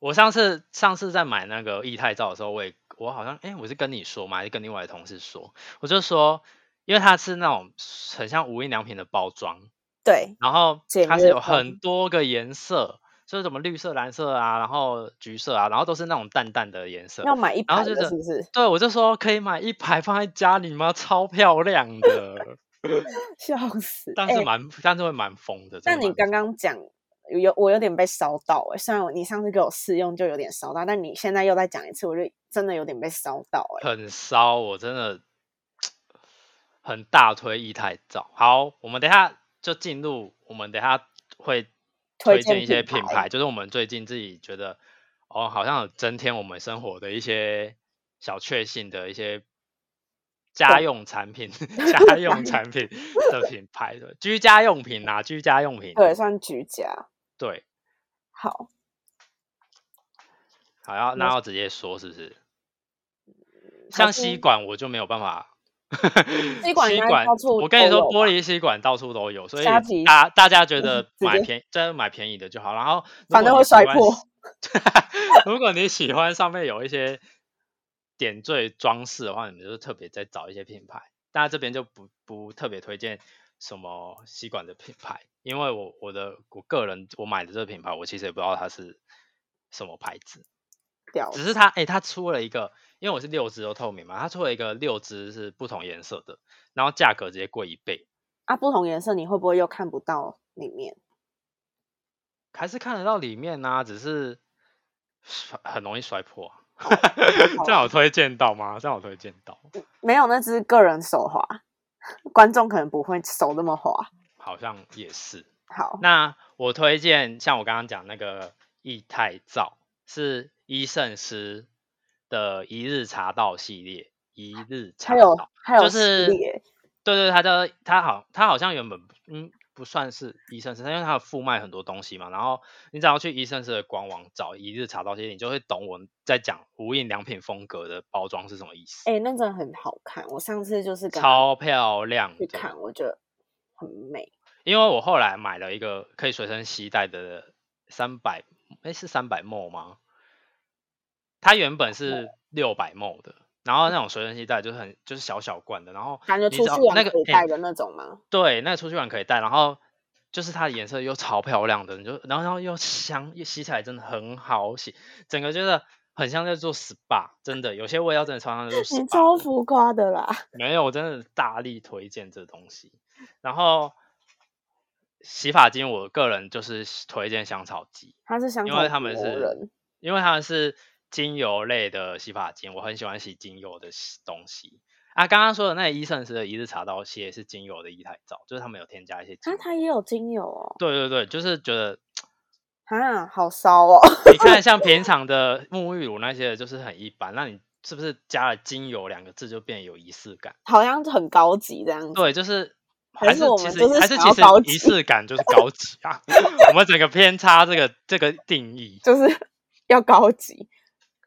Speaker 2: 我上次上次在买那个液态皂的时候，我也我好像哎、我是跟你说吗？还是跟另外的同事说？我就说，因为它是那种很像无印良品的包装，
Speaker 3: 对，
Speaker 2: 然后
Speaker 3: 简
Speaker 2: 它是
Speaker 3: 约
Speaker 2: 有
Speaker 3: 风
Speaker 2: 很多个颜色，就是什么绿色、蓝色啊，然后橘色啊，然后都是那种淡淡的颜色。
Speaker 3: 要买一
Speaker 2: 然后
Speaker 3: 排
Speaker 2: 就
Speaker 3: 的，
Speaker 2: 是
Speaker 3: 是不是？
Speaker 2: 对，我就说可以买一排放在家里吗？超漂亮的，
Speaker 3: 笑死！
Speaker 2: 但
Speaker 3: 哎
Speaker 2: 是蛮、但是会蛮疯的。真
Speaker 3: 但
Speaker 2: 的
Speaker 3: 你刚
Speaker 2: 蛮
Speaker 3: 刚讲有我有点被烧到哎、欸，虽然我你上次给我试用就有点烧到，但你现在又再讲一次，我就真的有点被烧到哎、
Speaker 2: 很骚，我真的很大推液态皂。好，我们等一下就进入，我们等一下会
Speaker 3: 推
Speaker 2: 推
Speaker 3: 荐
Speaker 2: 荐一些
Speaker 3: 品
Speaker 2: 品
Speaker 3: 牌
Speaker 2: 牌，就是我们最近自己觉得哦，好像有增添我们生活的一些小确幸的一些家用产品、 家用产品的品牌的居家用品啊，居家用品
Speaker 3: 对，算居家
Speaker 2: 对，
Speaker 3: 好。
Speaker 2: 好要
Speaker 3: 那
Speaker 2: 那要直接说是不是？
Speaker 3: 还
Speaker 2: 像
Speaker 3: 是
Speaker 2: 吸管我就没有办法。
Speaker 3: 吸管应该到处
Speaker 2: 我跟你
Speaker 3: 都
Speaker 2: 说，
Speaker 3: 有
Speaker 2: 玻
Speaker 3: 吧
Speaker 2: 璃吸管到处都有，所以
Speaker 3: 虾皮
Speaker 2: 大大家觉
Speaker 3: 就
Speaker 2: 得
Speaker 3: 直
Speaker 2: 买
Speaker 3: 接
Speaker 2: 便真的买便宜的就好。然后如
Speaker 3: 反
Speaker 2: 果
Speaker 3: 正
Speaker 2: 你
Speaker 3: 会
Speaker 2: 喜
Speaker 3: 摔
Speaker 2: 欢
Speaker 3: 破
Speaker 2: 如果你喜欢上面有一些点缀装饰的话，你们就特别再找一些品牌。大家这边就不不特别推荐什么吸管的品牌，因为我我的我个人我买的这个品牌，我其实也不知道它是什么牌子。
Speaker 3: 掉
Speaker 2: 只是它，哎、它出了一个，因为我是六支都透明嘛，它出了一个六支是不同颜色的，然后价格直接贵一倍，
Speaker 3: 啊，不同颜色你会不会又看不到里面？
Speaker 2: 还是看得到里面呢、啊只是摔很容易摔破啊、 这样有推荐到吗？这样有推荐到，
Speaker 3: 没有那只个人手滑，观众可能不会手那么滑。
Speaker 2: 好像也是。
Speaker 3: 好，
Speaker 2: 那我推荐像我刚刚讲那个液态皂，是伊圣诗的一日茶道系列，一日茶
Speaker 3: 还有
Speaker 2: 道。
Speaker 3: 还有欸
Speaker 2: 就
Speaker 3: 系
Speaker 2: 是
Speaker 3: 列
Speaker 2: 对对，他的他好，他好像原本不嗯不算是医生师，因为他有附卖很多东西嘛。然后你只要去医生师的官网找一日茶道些，你就会懂我在讲无印良品风格的包装是什么意思，
Speaker 3: 哎、那真的很好看。我上次就是跟他
Speaker 2: 超漂亮
Speaker 3: 哎去
Speaker 2: 的
Speaker 3: 看，我觉得很美。
Speaker 2: 因为我后来买了一个可以随身携带的三百，哎是三百 m 吗？它原本是六百 m 的，然后那种随身携带就是很就是小小罐的，然后
Speaker 3: 感觉
Speaker 2: 你
Speaker 3: 出
Speaker 2: 只要
Speaker 3: 去玩
Speaker 2: 那个
Speaker 3: 可以
Speaker 2: 诶
Speaker 3: 带的那种吗？
Speaker 2: 对，那个出去玩可以带，然后就是它的颜色又超漂亮的，你就然后然后又香，又洗起来真的很好洗，整个觉得很像在做 SPA，真的有些味道真的超像在做 SPA
Speaker 3: 你
Speaker 2: 的。
Speaker 3: 嗯超浮夸的啦！
Speaker 2: 没有，我真的大力推荐这东西。然后洗发精，我个人就是推荐香草精，
Speaker 3: 他是香
Speaker 2: 因
Speaker 3: 草
Speaker 2: 为他们
Speaker 3: 国
Speaker 2: 是
Speaker 3: 人，
Speaker 2: 因为他们是精油类的洗发精，我很喜欢洗精油的洗东西。啊，刚刚说的那个医圣师的一日茶道蟹是精油的一台皂，就是他们有添加一些
Speaker 3: 啊，
Speaker 2: 精油。
Speaker 3: 他也有精油哦，
Speaker 2: 对对对，就是觉得
Speaker 3: 啊，好骚哦！
Speaker 2: 你看像平常的沐浴乳那些，就是很一般，那你是不是加了精油两个字就变有仪式感？
Speaker 3: 好像很高级这样子。
Speaker 2: 对，就是
Speaker 3: 还
Speaker 2: 还
Speaker 3: 是
Speaker 2: 是
Speaker 3: 我
Speaker 2: 其
Speaker 3: 们
Speaker 2: 实
Speaker 3: 就是
Speaker 2: 还是
Speaker 3: 想要
Speaker 2: 其实
Speaker 3: 高级
Speaker 2: 仪式感就是高级啊。 我们整个偏差这个这个定义，
Speaker 3: 就是 要高级。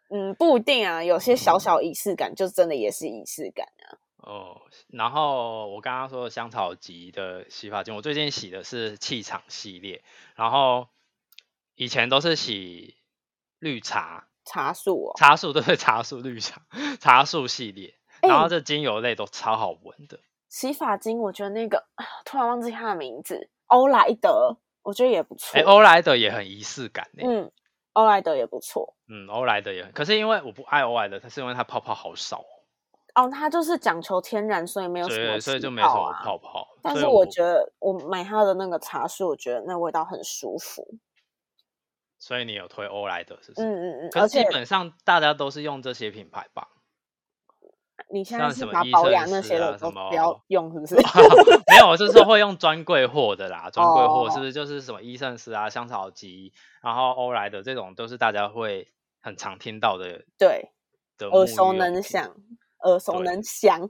Speaker 3: 嗯，不一定啊，有些小小仪式感就真的也是仪式感啊。
Speaker 2: 哦，然后我刚刚说的香草级的洗发精，我最近洗的是气场系列，然后以前都是洗绿茶、
Speaker 3: 茶树哦，
Speaker 2: 茶树，对对，茶树绿茶、茶树系列，然后
Speaker 3: 哎
Speaker 2: 这精油类都超好闻的。
Speaker 3: 洗发精，我觉得那个啊突然忘记它的名字，欧莱德，我觉得也不错。
Speaker 2: 哎，欧莱德也很仪式感呢、
Speaker 3: 嗯，欧莱德也不错。
Speaker 2: 嗯，欧莱德也很，可是因为我不爱欧莱德，它是因为它泡泡好少哦，
Speaker 3: 哦，它就是讲求天然，所以没有什么、啊
Speaker 2: 对，所以就没什么。泡泡。
Speaker 3: 但
Speaker 2: 所
Speaker 3: 是
Speaker 2: 以
Speaker 3: 我觉得我买它的那个茶树，我觉得那味道很舒服。
Speaker 2: 所以你有推欧莱德是不
Speaker 3: 嗯
Speaker 2: 是？
Speaker 3: 嗯嗯，
Speaker 2: 可
Speaker 3: 而
Speaker 2: 是基
Speaker 3: 且
Speaker 2: 本上大家都是用这些品牌吧？
Speaker 3: 你现在
Speaker 2: 像
Speaker 3: 是
Speaker 2: 什么
Speaker 3: 把
Speaker 2: 医
Speaker 3: 保
Speaker 2: 生
Speaker 3: 养那
Speaker 2: 师
Speaker 3: 些
Speaker 2: 啊
Speaker 3: 的
Speaker 2: 什
Speaker 3: 都
Speaker 2: 么
Speaker 3: 不要用，是不是？
Speaker 2: 没有，我是说会用专柜货的啦，专柜
Speaker 3: 哦
Speaker 2: 货是不是就是什么伊圣斯啊、香草鸡，然后欧莱德这种都是大家会很常听到的
Speaker 3: 对，
Speaker 2: 的沐
Speaker 3: 耳
Speaker 2: 浴
Speaker 3: 熟
Speaker 2: 用
Speaker 3: 能
Speaker 2: 品。
Speaker 3: 详，耳熟
Speaker 2: 对
Speaker 3: 能详。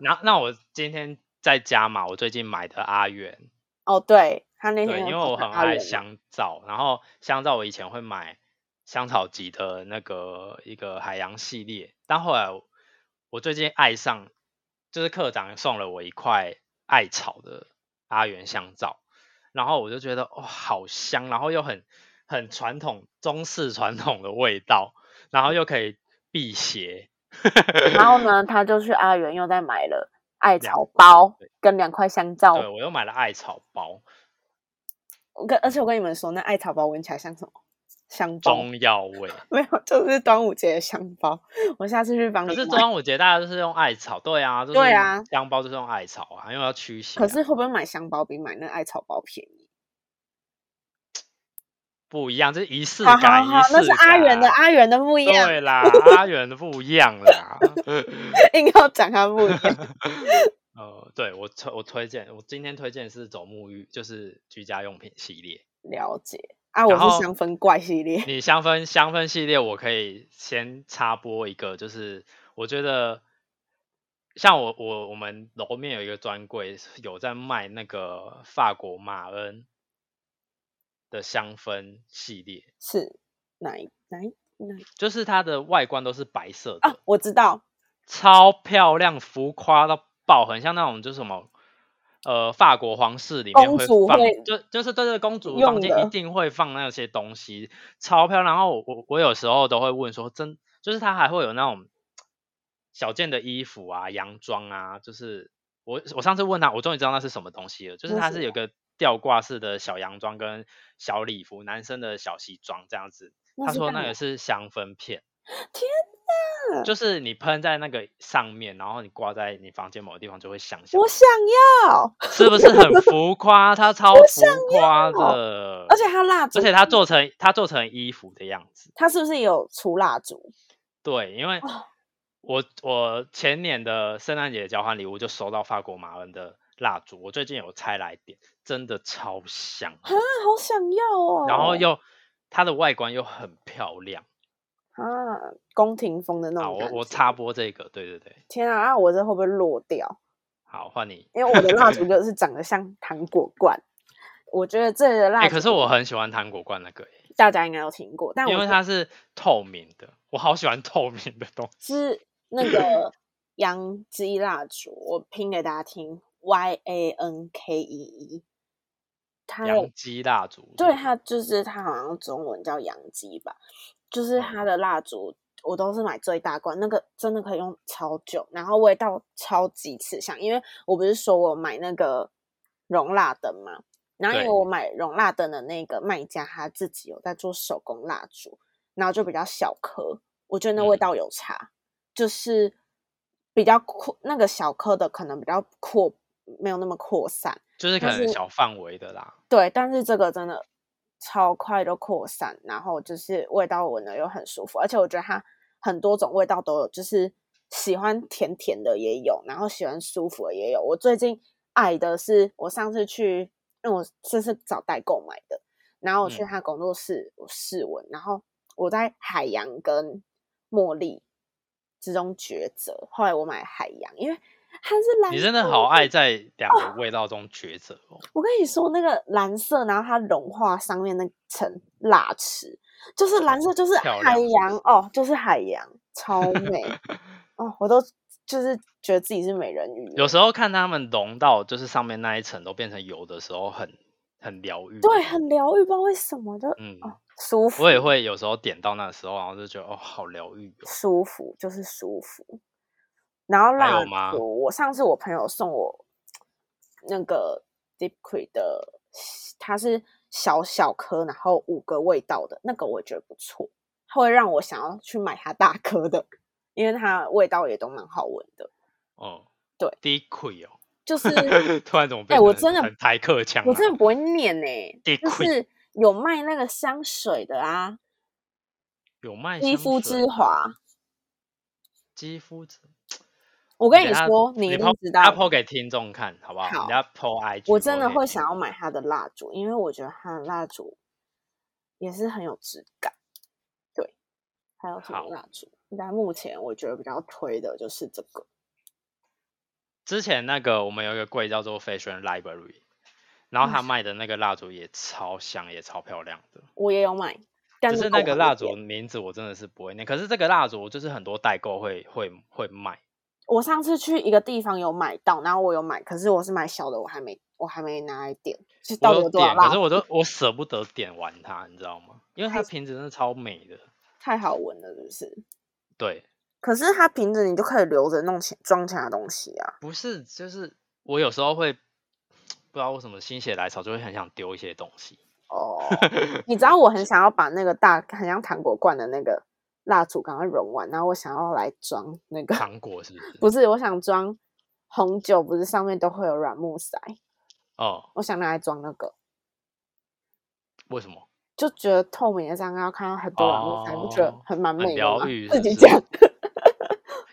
Speaker 2: 那那我今天在家嘛，我最近买的阿元，
Speaker 3: 哦，对，他那
Speaker 2: 对，
Speaker 3: 天
Speaker 2: 因为
Speaker 3: 有
Speaker 2: 我
Speaker 3: 讲
Speaker 2: 很
Speaker 3: 阿
Speaker 2: 爱
Speaker 3: 元嘛，
Speaker 2: 香皂，然后香皂我以前会买香草级的那个一个海洋系列，但后来我我最近爱上，就是课长送了我一块艾草的阿元香皂，然后我就觉得哦好香，然后又很很传统中式传统的味道，然后又可以辟邪，
Speaker 3: 然后呢，他就去阿元又再买了艾
Speaker 2: 两
Speaker 3: 草包
Speaker 2: 对
Speaker 3: 跟两块香皂
Speaker 2: 对我又买了艾草包，
Speaker 3: 我跟而且我跟你们说，那艾草包闻起来像什么？香包？
Speaker 2: 中药味。
Speaker 3: 没有，就是端午节的香包。我下次去帮你买。
Speaker 2: 可是端午节大家都是用艾草，对啊，就是
Speaker 3: 对啊
Speaker 2: 香包就是用艾草啊，因为要驱邪啊、
Speaker 3: 可是会不会买香包比买那艾草包便宜？
Speaker 2: 不一样，这是仪式
Speaker 3: 好
Speaker 2: 感，
Speaker 3: 好好
Speaker 2: 仪，式
Speaker 3: 那是阿元的，
Speaker 2: 感
Speaker 3: 阿元的不一样，
Speaker 2: 对啦， 阿元的不一样啦。
Speaker 3: 硬要讲他不一样。
Speaker 2: 呃，对我推我推荐，我今天推荐是走沐浴，就是居家用品系列。
Speaker 3: 了解啊，我
Speaker 2: 然后
Speaker 3: 是香氛怪系 列。
Speaker 2: 你香氛香氛系列，我可以先插播一个，就是我觉得像我我我们楼面有一个专柜是有在卖那个法国马恩的香氛系列，
Speaker 3: 是哪一哪一哪一
Speaker 2: 就是它的外观都是白色的，
Speaker 3: 啊？我知道，
Speaker 2: 超漂亮，浮夸到爆，很像那种就是什么。呃，法国皇室里面
Speaker 3: 公
Speaker 2: 会
Speaker 3: 主
Speaker 2: 放，
Speaker 3: 会
Speaker 2: 就就是对对，公主
Speaker 3: 用
Speaker 2: 房间
Speaker 3: 的
Speaker 2: 一定会放那些东西，超漂亮。然后我我我有时候都会问说，真就是它还会有那种小件的衣服啊、洋装啊，就是我我上次问他，我终于知道那是什么东西了，就是
Speaker 3: 那
Speaker 2: 它
Speaker 3: 是
Speaker 2: 是有个吊挂式的小洋装跟小礼服，男生的小西装这样子。他
Speaker 3: 是
Speaker 2: 说
Speaker 3: 干
Speaker 2: 那
Speaker 3: 嘛
Speaker 2: 个是香氛片，
Speaker 3: 天哪
Speaker 2: 就是你喷在那个上面，然后你挂在你房间某个呃地方就会香香
Speaker 3: 我，想要，
Speaker 2: 是不是很浮夸？它超浮
Speaker 3: 想
Speaker 2: 夸
Speaker 3: 要
Speaker 2: 的，
Speaker 3: 而且它蜡烛，
Speaker 2: 而且它做成它做成衣服的样子，
Speaker 3: 它是不是也有除蜡烛？
Speaker 2: 对，因为
Speaker 3: 哦
Speaker 2: 我我前年的圣诞节交换礼物就收到法国马恩的蜡烛，我最近有拆来点，真的超香的，
Speaker 3: 啊，好想要哦！
Speaker 2: 然后又它的外观又很漂亮
Speaker 3: 啊，宫廷风的那
Speaker 2: 啊！
Speaker 3: 种
Speaker 2: 我
Speaker 3: 感
Speaker 2: 我
Speaker 3: 觉
Speaker 2: 插播这个，对对对，
Speaker 3: 天啊，啊我这会不会落掉？
Speaker 2: 好换你。
Speaker 3: 因为我的蜡 烛就是长得像糖果罐，我觉得这个
Speaker 2: 哎、
Speaker 3: 蜡
Speaker 2: 可
Speaker 3: 烛
Speaker 2: 是我很喜欢糖果罐那个耶、
Speaker 3: 大家应该有听过，但我
Speaker 2: 因为
Speaker 3: 是
Speaker 2: 它是透明的，我好喜欢透明的东西。
Speaker 3: 是那个杨基蜡烛，我拼给大家听，Y A N K E E，它的
Speaker 2: 洋基蜡烛是不
Speaker 3: 对
Speaker 2: 是，
Speaker 3: 它就是它好像中文叫洋基吧，
Speaker 2: 嗯
Speaker 3: 就是它的蜡烛我都是买最大罐，那个真的可以用超久，然后味道超级刺香，因为我不是说我买那个容蜡灯嘛，然后因为
Speaker 2: 对
Speaker 3: 我买容蜡灯的那个卖家他自己有在做手工蜡烛，然后就比较小颗，我觉得那味
Speaker 2: 嗯
Speaker 3: 道有差，就是比较扩那个小颗的可能比较扩没有那么扩散。
Speaker 2: 就是可
Speaker 3: 它
Speaker 2: 能
Speaker 3: 是
Speaker 2: 小范围的啦。
Speaker 3: 对，但是这个真的超快就扩散，然后就是味道闻了又很舒服，而且我觉得它很多种味道都有，就是喜欢甜甜的也有，然后喜欢舒服的也有。我最近爱的是我上次去，因为我这是找代购买的，然后我去
Speaker 2: 嗯
Speaker 3: 他工作室我试闻，然后我在海洋跟茉莉之中抉择，后来我买海洋，因为它是蓝
Speaker 2: 你真的
Speaker 3: 色
Speaker 2: 好爱在两个味道中抉择哦。
Speaker 3: 我跟你说，那个蓝色，然后它融化上面那层蜡池，就是蓝色，就是
Speaker 2: 哦漂
Speaker 3: 海
Speaker 2: 亮是不
Speaker 3: 洋
Speaker 2: 是
Speaker 3: 哦，就是海洋，超美哦！我都就是觉得自己是美人鱼了，
Speaker 2: 有时候看他们融到就是上面那一层都变成油的时候很，很疗愈。欸
Speaker 3: 对很疗愈，不知道为什么就、
Speaker 2: 嗯，
Speaker 3: 哦舒服，
Speaker 2: 我也会有时候点到那时候，然后就觉得哦，好疗愈哦。
Speaker 3: 舒服，就是舒服。然后
Speaker 2: 还有
Speaker 3: 蜡
Speaker 2: 吗
Speaker 3: 烛，我上次我朋友送我那个 Deep Creek 的，它是小小颗，然后五个味道的那个，我觉得不错，它会让我想要去买它大颗的，因为它味道也都蛮好闻的。
Speaker 2: 哦，
Speaker 3: 对，
Speaker 2: 低溃哦，
Speaker 3: 就是
Speaker 2: 突然怎么
Speaker 3: 哎
Speaker 2: 变成很？
Speaker 3: 我真的
Speaker 2: 很台客腔、啊，
Speaker 3: 我真的不会念哎、
Speaker 2: Deep
Speaker 3: 就
Speaker 2: Creek
Speaker 3: 是有卖那个香水的啊，
Speaker 2: 有卖
Speaker 3: 肌
Speaker 2: 香
Speaker 3: 肤
Speaker 2: 水啊
Speaker 3: 之
Speaker 2: 吗，
Speaker 3: 华。
Speaker 2: 肌肤之。
Speaker 3: 我跟你
Speaker 2: 等下
Speaker 3: 说，你
Speaker 2: 你
Speaker 3: 一定
Speaker 2: po-
Speaker 3: 知道
Speaker 2: 大家抛给听众看好不好？
Speaker 3: 好
Speaker 2: 你要抛 IG，
Speaker 3: 我真的
Speaker 2: po 给
Speaker 3: 会
Speaker 2: 听
Speaker 3: 想要
Speaker 2: 众
Speaker 3: 买它的蜡烛，因为我觉得它的蜡烛也是很有质感。对，还有什么
Speaker 2: 好
Speaker 3: 蜡烛？但目前我觉得比较推的就是这个。
Speaker 2: 之前那个我们有一个柜叫做 Fashion Library，然
Speaker 3: 嗯
Speaker 2: 后他卖的那个蜡烛也超香，也超漂亮的。
Speaker 3: 我也有买，但
Speaker 2: 就是
Speaker 3: 是
Speaker 2: 那
Speaker 3: 够
Speaker 2: 个
Speaker 3: 好
Speaker 2: 蜡
Speaker 3: 一点
Speaker 2: 烛名字我真的是不会念，可是这个蜡烛就是很多代购会会会卖，
Speaker 3: 我上次去一个地方有买到，然后我有买，可是我是买小的，我还没我还没拿来点，是
Speaker 2: 我
Speaker 3: 到底有
Speaker 2: 有
Speaker 3: 多少
Speaker 2: 点，可
Speaker 3: 蜡
Speaker 2: 是？我都我舍不得点完它，你知道吗？因为它瓶子真的超美的，
Speaker 3: 太好闻了，是不是？
Speaker 2: 对，
Speaker 3: 可是它瓶子你就可以留着弄起装其他东西啊。
Speaker 2: 不是就是我有时候会不知道为什么心血来潮就会很想丢一些东 西，
Speaker 3: 哦，你知道我很想要把那个大很像糖果罐的那个蜡烛赶快融完，然后我想要来装那个，
Speaker 2: 糖果是不是？
Speaker 3: 不是，我想装红酒，不是上面都会有软木塞，
Speaker 2: 哦，
Speaker 3: 我想拿来装那个，
Speaker 2: 为什么？
Speaker 3: 就觉得透明的这样要看到很多软木塞，不觉得
Speaker 2: 哦
Speaker 3: 很蛮
Speaker 2: 很
Speaker 3: 美的
Speaker 2: 疗
Speaker 3: 吗
Speaker 2: 愈
Speaker 3: 自
Speaker 2: 是不
Speaker 3: 己
Speaker 2: 是
Speaker 3: 讲，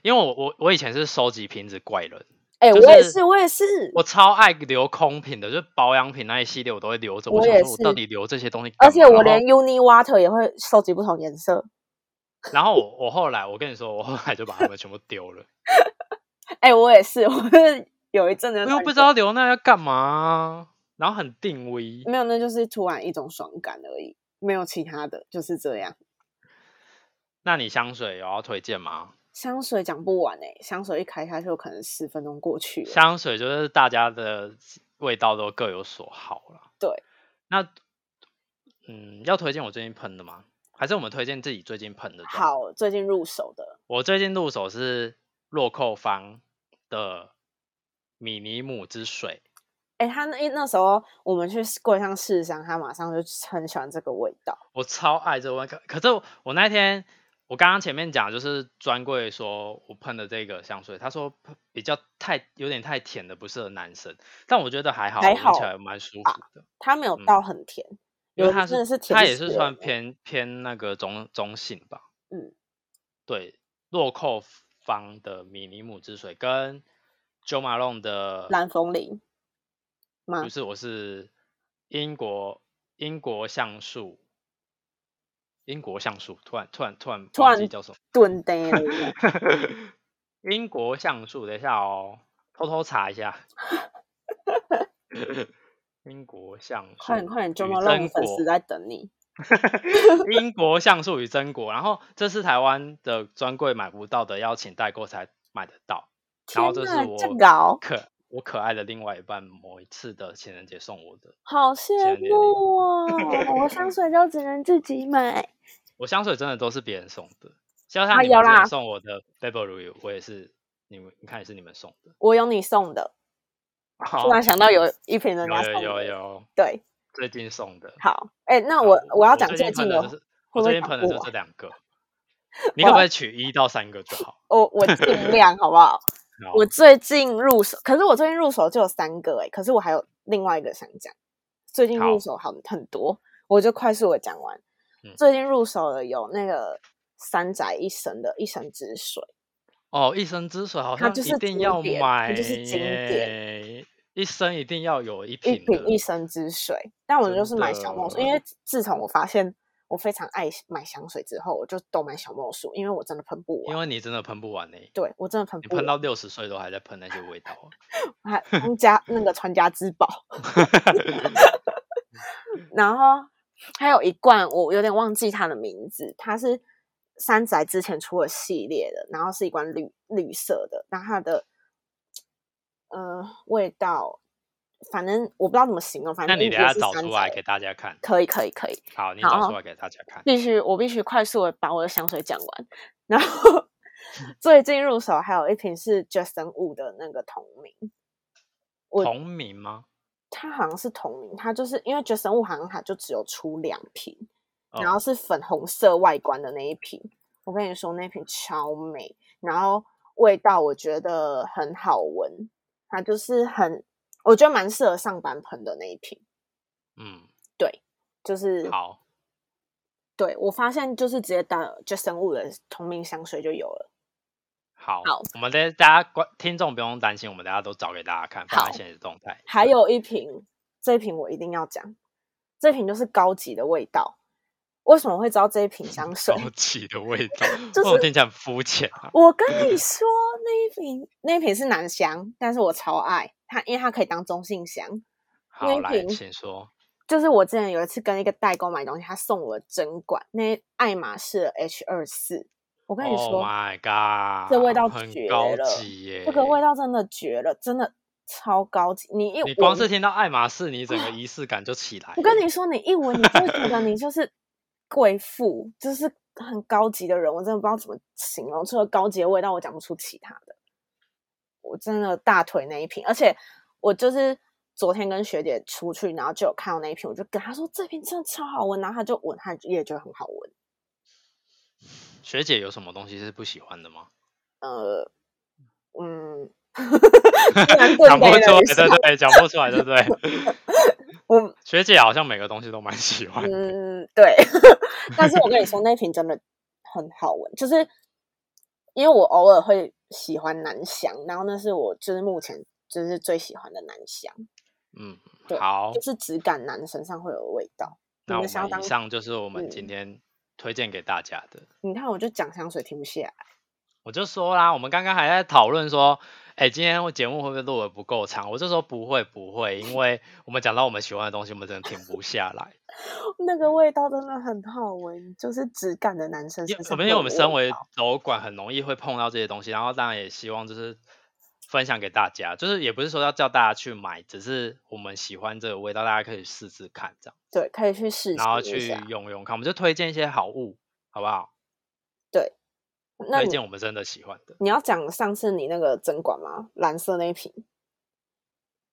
Speaker 2: 因为我我我以前是收集瓶子怪人，
Speaker 3: 哎、
Speaker 2: 就
Speaker 3: 我也
Speaker 2: 是
Speaker 3: 是，我也是，
Speaker 2: 我超爱留空瓶的，就是保养品那一系列我都会留着。
Speaker 3: 我
Speaker 2: 想
Speaker 3: 也
Speaker 2: 说，我到
Speaker 3: 是
Speaker 2: 底留这些东西干嘛？
Speaker 3: 而且我
Speaker 2: 然
Speaker 3: 连
Speaker 2: 后
Speaker 3: Uni Water 也会收集不同颜色。
Speaker 2: 然后我我后来我跟你说，我后来就把它们全部丢 了，
Speaker 3: 哎、我也是，我是有一阵子
Speaker 2: 我
Speaker 3: 在
Speaker 2: 又不知道留那要干嘛，然后很定位。
Speaker 3: 没有，那就是突然一种爽感而已，没有其他的，就是这样。
Speaker 2: 那你香水有要推荐吗？
Speaker 3: 香水讲不完哎、香水一开下去，我可能十分钟过去了。
Speaker 2: 香水就是大家的味道都各有所好啦。
Speaker 3: 对，
Speaker 2: 那嗯，要推荐我最近喷的吗？还是我们推荐自己最近喷的？，
Speaker 3: 好，最近入手的
Speaker 2: 我最近入手是洛蔻方的米尼姆之水，
Speaker 3: 哎、他那那时候我们去柜上试香，他马上就很喜欢这个味道。
Speaker 2: 我超爱这味。可可是我我那天我刚刚前面讲，就是专柜说我喷的这个香水，他说喷比较太有点太甜的，不适合男生。但我觉得还好，
Speaker 3: 还
Speaker 2: 我闻起
Speaker 3: 好
Speaker 2: 来蛮舒服的，
Speaker 3: 它没有
Speaker 2: 嗯
Speaker 3: 到很甜，
Speaker 2: 因
Speaker 3: 有的
Speaker 2: 为它
Speaker 3: 真的
Speaker 2: 是
Speaker 3: 是甜
Speaker 2: 它也
Speaker 3: 死
Speaker 2: 是算
Speaker 3: 了
Speaker 2: 偏偏那个中中性吧。
Speaker 3: 嗯，
Speaker 2: 对，洛蔻方的米尼姆之水跟 Jo Malone 的
Speaker 3: 欸蓝风铃吗
Speaker 2: 不？是，我是英国英国橡树，英国橡树，突然突然突然
Speaker 3: 突
Speaker 2: 忘记
Speaker 3: 然
Speaker 2: 叫什么？
Speaker 3: 炖呆了一样，
Speaker 2: 英国橡树，等一下哦，偷偷查一下。英国橡 树，
Speaker 3: 快点快点，周
Speaker 2: 与
Speaker 3: 末让
Speaker 2: 榛
Speaker 3: 粉
Speaker 2: 果
Speaker 3: 丝在等你。
Speaker 2: 英国橡树与榛果，然后这是台湾的专柜买不到的，要请代购才买得到。然后
Speaker 3: 天
Speaker 2: 这是
Speaker 3: 哪
Speaker 2: 我
Speaker 3: 这搞
Speaker 2: 可我可爱的另外一半某一次的情人节送我的。
Speaker 3: 好羡
Speaker 2: 年龄
Speaker 3: 慕哦！我香水就只能自己买。
Speaker 2: 我香水真的都是别人送的，就
Speaker 3: 啊
Speaker 2: 像你
Speaker 3: 有
Speaker 2: 们之前
Speaker 3: 啦
Speaker 2: 送我的 Burberry，我也是你们你看也是你们送的。
Speaker 3: 我有你送的，啊突然
Speaker 2: 好
Speaker 3: 想到有一瓶人家
Speaker 2: 有
Speaker 3: 送
Speaker 2: 有有
Speaker 3: 的，
Speaker 2: 有，
Speaker 3: 对，
Speaker 2: 最近送的。
Speaker 3: 好，哎、那
Speaker 2: 好
Speaker 3: 我我要讲
Speaker 2: 最
Speaker 3: 最
Speaker 2: 近
Speaker 3: 近
Speaker 2: 喷
Speaker 3: 的
Speaker 2: 的，就是
Speaker 3: 会不
Speaker 2: 我
Speaker 3: 会
Speaker 2: 最近
Speaker 3: 讲
Speaker 2: 喷的
Speaker 3: 不
Speaker 2: 就这
Speaker 3: 完
Speaker 2: 两 个，你可不可以取一到三个就好？
Speaker 3: 我我 尽量好不好？
Speaker 2: 然后
Speaker 3: 我最近入手，可是我最近入手就有三个哎、可是我还有另外一个想讲，最近入
Speaker 2: 好
Speaker 3: 手很很多，我就快速的讲完。
Speaker 2: 嗯
Speaker 3: 最近入手的有那个三宅一生的一生之水，
Speaker 2: 哦，一生之水好
Speaker 3: 它
Speaker 2: 像
Speaker 3: 就
Speaker 2: 一
Speaker 3: 是
Speaker 2: 定
Speaker 3: 经
Speaker 2: 要
Speaker 3: 典
Speaker 2: 买
Speaker 3: 它就是经典
Speaker 2: 耶，一生一定要有一
Speaker 3: 一
Speaker 2: 瓶
Speaker 3: 瓶
Speaker 2: 的
Speaker 3: 一生之水，但我就
Speaker 2: 真
Speaker 3: 是买小墨
Speaker 2: 的
Speaker 3: 水，因为自从我发现我非常爱买香水之后，我就都买小墨水，因为我真的喷不
Speaker 2: 因
Speaker 3: 完。
Speaker 2: 为你真的喷不完呢、
Speaker 3: 对我真的喷
Speaker 2: 你
Speaker 3: 不完，
Speaker 2: 喷到六十岁都还在喷那些味道啊。
Speaker 3: 还当家那个传家之 宝。然后还有一罐，我有点忘记它的名字，它是三宅之前出了系列的，然后是一罐绿绿色的，那它的呃味道，反正我不知道怎么形容， 反
Speaker 2: 那
Speaker 3: 正
Speaker 2: 你
Speaker 3: 一
Speaker 2: 等
Speaker 3: 直
Speaker 2: 下
Speaker 3: 是
Speaker 2: 找
Speaker 3: 山
Speaker 2: 出来
Speaker 3: 寨
Speaker 2: 给大家看。
Speaker 3: 可以可以可以，
Speaker 2: 好，你
Speaker 3: 好
Speaker 2: 找出来给大家看。
Speaker 3: 必须我必须快速的把我的香水讲完，然后 最近入手还有一瓶是 Justin Wu 的那个同名，我
Speaker 2: 同名吗？
Speaker 3: 它好像是同名，它就是因为 Justin Wu 好像它就只有出两瓶，
Speaker 2: 哦
Speaker 3: 然后是粉红色外观的那一瓶，我跟你说那瓶超美，然后味道我觉得很好闻，它就是很我觉得蛮适合上班喷的那一瓶，
Speaker 2: 嗯，
Speaker 3: 就是
Speaker 2: 好，
Speaker 3: 对我发现就是直接打 Justin Wu 的同名香水就有了。
Speaker 2: 好，
Speaker 3: 好
Speaker 2: 我们等下大家观听众不用担心，我们大家都找给大家看，放
Speaker 3: 好
Speaker 2: 在现实动态。
Speaker 3: 还
Speaker 2: 对
Speaker 3: 有一瓶，这瓶我一定要讲，这瓶就是高级的味道。为什么会知道这一瓶香水？
Speaker 2: 高级的味道，
Speaker 3: 就
Speaker 2: 我
Speaker 3: 是
Speaker 2: 听起来很肤浅啊。
Speaker 3: 我跟你说，那一瓶那一瓶是男香，但是我超爱它，因为它可以当中性香。
Speaker 2: 好，
Speaker 3: 那一
Speaker 2: 来，
Speaker 3: 瓶
Speaker 2: 请说。
Speaker 3: 就是我之前有一次跟一个代购买东西，他送我针管，那爱马仕的 H 二四，我跟你
Speaker 2: Oh
Speaker 3: 说
Speaker 2: my god，
Speaker 3: 这味道
Speaker 2: 很
Speaker 3: 绝
Speaker 2: 高
Speaker 3: 了
Speaker 2: 级耶！
Speaker 3: 这个味，道真的绝了，真的超高级。你一
Speaker 2: 你光
Speaker 3: 闻
Speaker 2: 是听到爱马仕，你整个仪式感就起来了。
Speaker 3: 我跟你说，你一闻你就会觉得你就是贵妇，就是很高级的人。我真的不知道怎么形容，除了高级的味道，我讲不出其他的。我真的大腿那一瓶，而且我就是昨天跟学姐出去，然后就有看到那一瓶，我就跟她说这瓶真的超好闻，然后她就闻，她也觉得很好闻。
Speaker 2: 学姐有什么东西是不喜欢的吗？
Speaker 3: 呃，嗯， 突然
Speaker 2: 讲
Speaker 3: 顿
Speaker 2: 不
Speaker 3: 呆
Speaker 2: 出
Speaker 3: 了
Speaker 2: 来，
Speaker 3: 一下
Speaker 2: 对，对，讲不出来，对不对？
Speaker 3: 我
Speaker 2: 学姐好像每个东西都蛮喜 欢的。
Speaker 3: 嗯，对。 但是我跟你说，那瓶真的很好闻，就是因为我偶尔会喜欢男香，然后那是我就是目前就是最喜欢的男香，
Speaker 2: 嗯，
Speaker 3: 对
Speaker 2: 好
Speaker 3: 就，是只感男身上会有的味道。你
Speaker 2: 那我
Speaker 3: 们想要
Speaker 2: 们
Speaker 3: 当
Speaker 2: 以上就是我们今
Speaker 3: 嗯
Speaker 2: 天推荐给大家的。
Speaker 3: 你看，我就讲香水停不下来。
Speaker 2: 我就说啦，我们刚刚还在讨论说，哎、今天我节目会不会录的不够长？我就说不会不会，因为我们讲到我们喜欢的东西，我们真的停不下来。
Speaker 3: 那个味道真的很好闻， 就是只感的男生
Speaker 2: 因
Speaker 3: 身上
Speaker 2: 我们
Speaker 3: 会
Speaker 2: 因为
Speaker 3: 有
Speaker 2: 我们
Speaker 3: 的
Speaker 2: 身
Speaker 3: 味
Speaker 2: 为
Speaker 3: 道
Speaker 2: 楼管，很容易会碰到这些东西，然后当然也希望就是分享给大家，就是也不是说要叫大家去买，只是我们喜欢这个味道，大家可以试试看这样，
Speaker 3: 对，可以去试
Speaker 2: 然后
Speaker 3: 行一
Speaker 2: 去
Speaker 3: 下。
Speaker 2: 用用看。我们就推荐一些好物，好不好？
Speaker 3: 那
Speaker 2: 推
Speaker 3: 你
Speaker 2: 荐我们真的喜欢的。
Speaker 3: 你要讲上次你那个针管吗？蓝色那一瓶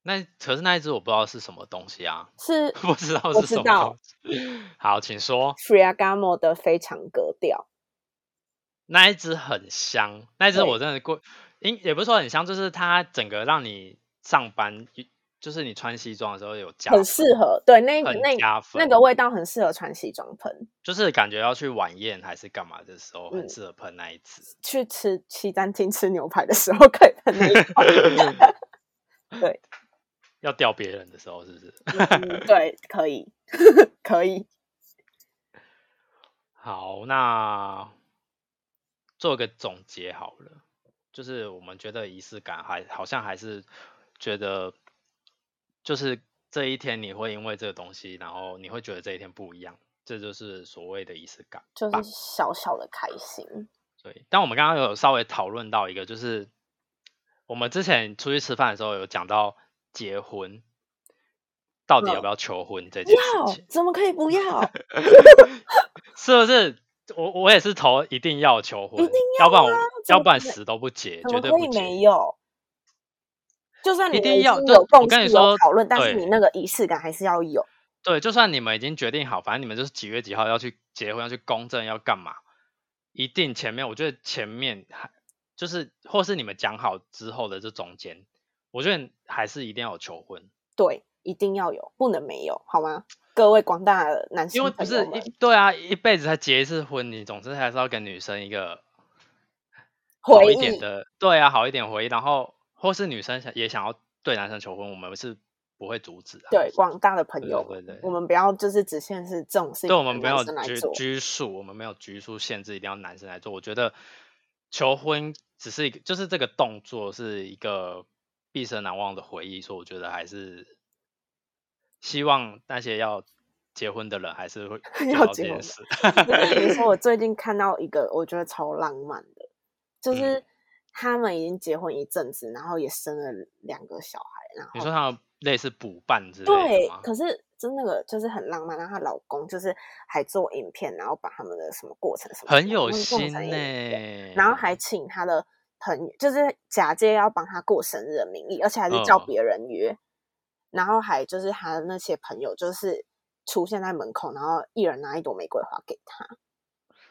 Speaker 2: 那可是那一只我不知道是什么东西啊，
Speaker 3: 是
Speaker 2: 不知道
Speaker 3: 我
Speaker 2: 是
Speaker 3: 知
Speaker 2: 什么
Speaker 3: 道
Speaker 2: 东西。好，请说。
Speaker 3: Ferragamo 的非常格调，
Speaker 2: 那一只很香，那一只
Speaker 3: 对
Speaker 2: 我真的过，因也不是说很香，就是它整个让你上班，就是你穿西装的时候有加分，
Speaker 3: 很适合。对，那
Speaker 2: 很
Speaker 3: 那
Speaker 2: 加
Speaker 3: 那
Speaker 2: 分
Speaker 3: 个味道很适合穿西装喷，
Speaker 2: 就是感觉要去晚宴还是干嘛的时候，很
Speaker 3: 嗯
Speaker 2: 适合喷那一只。
Speaker 3: 去吃西餐厅吃牛排的时候可以喷那一款 对，
Speaker 2: 要吊别人的时候是不是？
Speaker 3: 嗯对，可以，可以。
Speaker 2: 好，那做个总结好了，就是我们觉得仪式感还好像还是觉得，就是这一天你会因为这个东西，然后你会觉得这一天不一样，这就是所谓的仪式感。
Speaker 3: 就是
Speaker 2: 棒
Speaker 3: 小小的开心，
Speaker 2: 对，但我们刚刚有稍微讨论到一个，就是我们之前出去吃饭的时候有讲到结婚到底要不要求婚这件
Speaker 3: 要
Speaker 2: 事情，
Speaker 3: 怎么可以不 要？
Speaker 2: 是不是？我我也是投一定要求婚，
Speaker 3: 定啊
Speaker 2: 要不然我
Speaker 3: 怎
Speaker 2: 要
Speaker 3: 么
Speaker 2: 不然
Speaker 3: 可
Speaker 2: 死都不结，
Speaker 3: 怎
Speaker 2: 绝
Speaker 3: 么
Speaker 2: 对
Speaker 3: 可
Speaker 2: 不
Speaker 3: 以没
Speaker 2: 结。
Speaker 3: 有？就算
Speaker 2: 一
Speaker 3: 你们
Speaker 2: 定
Speaker 3: 已
Speaker 2: 要
Speaker 3: 经
Speaker 2: 对
Speaker 3: 有
Speaker 2: 我
Speaker 3: 共
Speaker 2: 跟
Speaker 3: 识、
Speaker 2: 你
Speaker 3: 有
Speaker 2: 说
Speaker 3: 讨论，但是
Speaker 2: 对
Speaker 3: 你那个仪式感还是要有。
Speaker 2: 对，就算你们已经决定好，反正你们就是几月几号要去结婚，要去公证，要干嘛，一定前面我觉得前面还就是或是你们讲好之后的这中间，我觉得还是一定要有求婚。
Speaker 3: 对，一定要有，不能没有，好吗？各位广大的男性
Speaker 2: 因为不
Speaker 3: 朋
Speaker 2: 是
Speaker 3: 友
Speaker 2: 一
Speaker 3: 们，
Speaker 2: 对啊，一辈子才结一次婚，你总之还是要跟女生一个好
Speaker 3: 回
Speaker 2: 一
Speaker 3: 忆
Speaker 2: 点的，对啊，好一点回忆。然后或是女生想也想要对男生求婚，我们是不会阻止的、啊
Speaker 3: 对广大的朋
Speaker 2: 对
Speaker 3: 友
Speaker 2: 对
Speaker 3: 们
Speaker 2: 对
Speaker 3: 我们不要就是只限是这种事情，
Speaker 2: 对我们没有
Speaker 3: 生来
Speaker 2: 拘
Speaker 3: 做。
Speaker 2: 拘束，我们没有拘束限制，一定要男生来做。我觉得求婚只是一个，就是这个动作是一个毕生难忘的回忆，所以我觉得还是希望那些要结婚的人还是会
Speaker 3: 要
Speaker 2: 想到
Speaker 3: 结
Speaker 2: 这件
Speaker 3: 婚
Speaker 2: 事。
Speaker 3: 比如说，我最近看到一个我觉得超浪漫的，
Speaker 2: 嗯
Speaker 3: 就是他们已经结婚一阵子，然后也生了两个小孩，然后
Speaker 2: 你说他们类似补办之类
Speaker 3: 对
Speaker 2: 的吗，？
Speaker 3: 可是真那个就是很浪漫，然后她老公就是还做影片，然后把他们的什么过程什么
Speaker 2: 很
Speaker 3: 什么
Speaker 2: 有
Speaker 3: 弄
Speaker 2: 心
Speaker 3: 成
Speaker 2: 呢、
Speaker 3: 影片然
Speaker 2: 嗯
Speaker 3: 后还请他的朋友，就是假借要帮他过生日的名义，而且还是叫
Speaker 2: 嗯
Speaker 3: 别人约，然后还就是他的那些朋友就是出现在门口，然后一人拿一朵玫瑰花给他，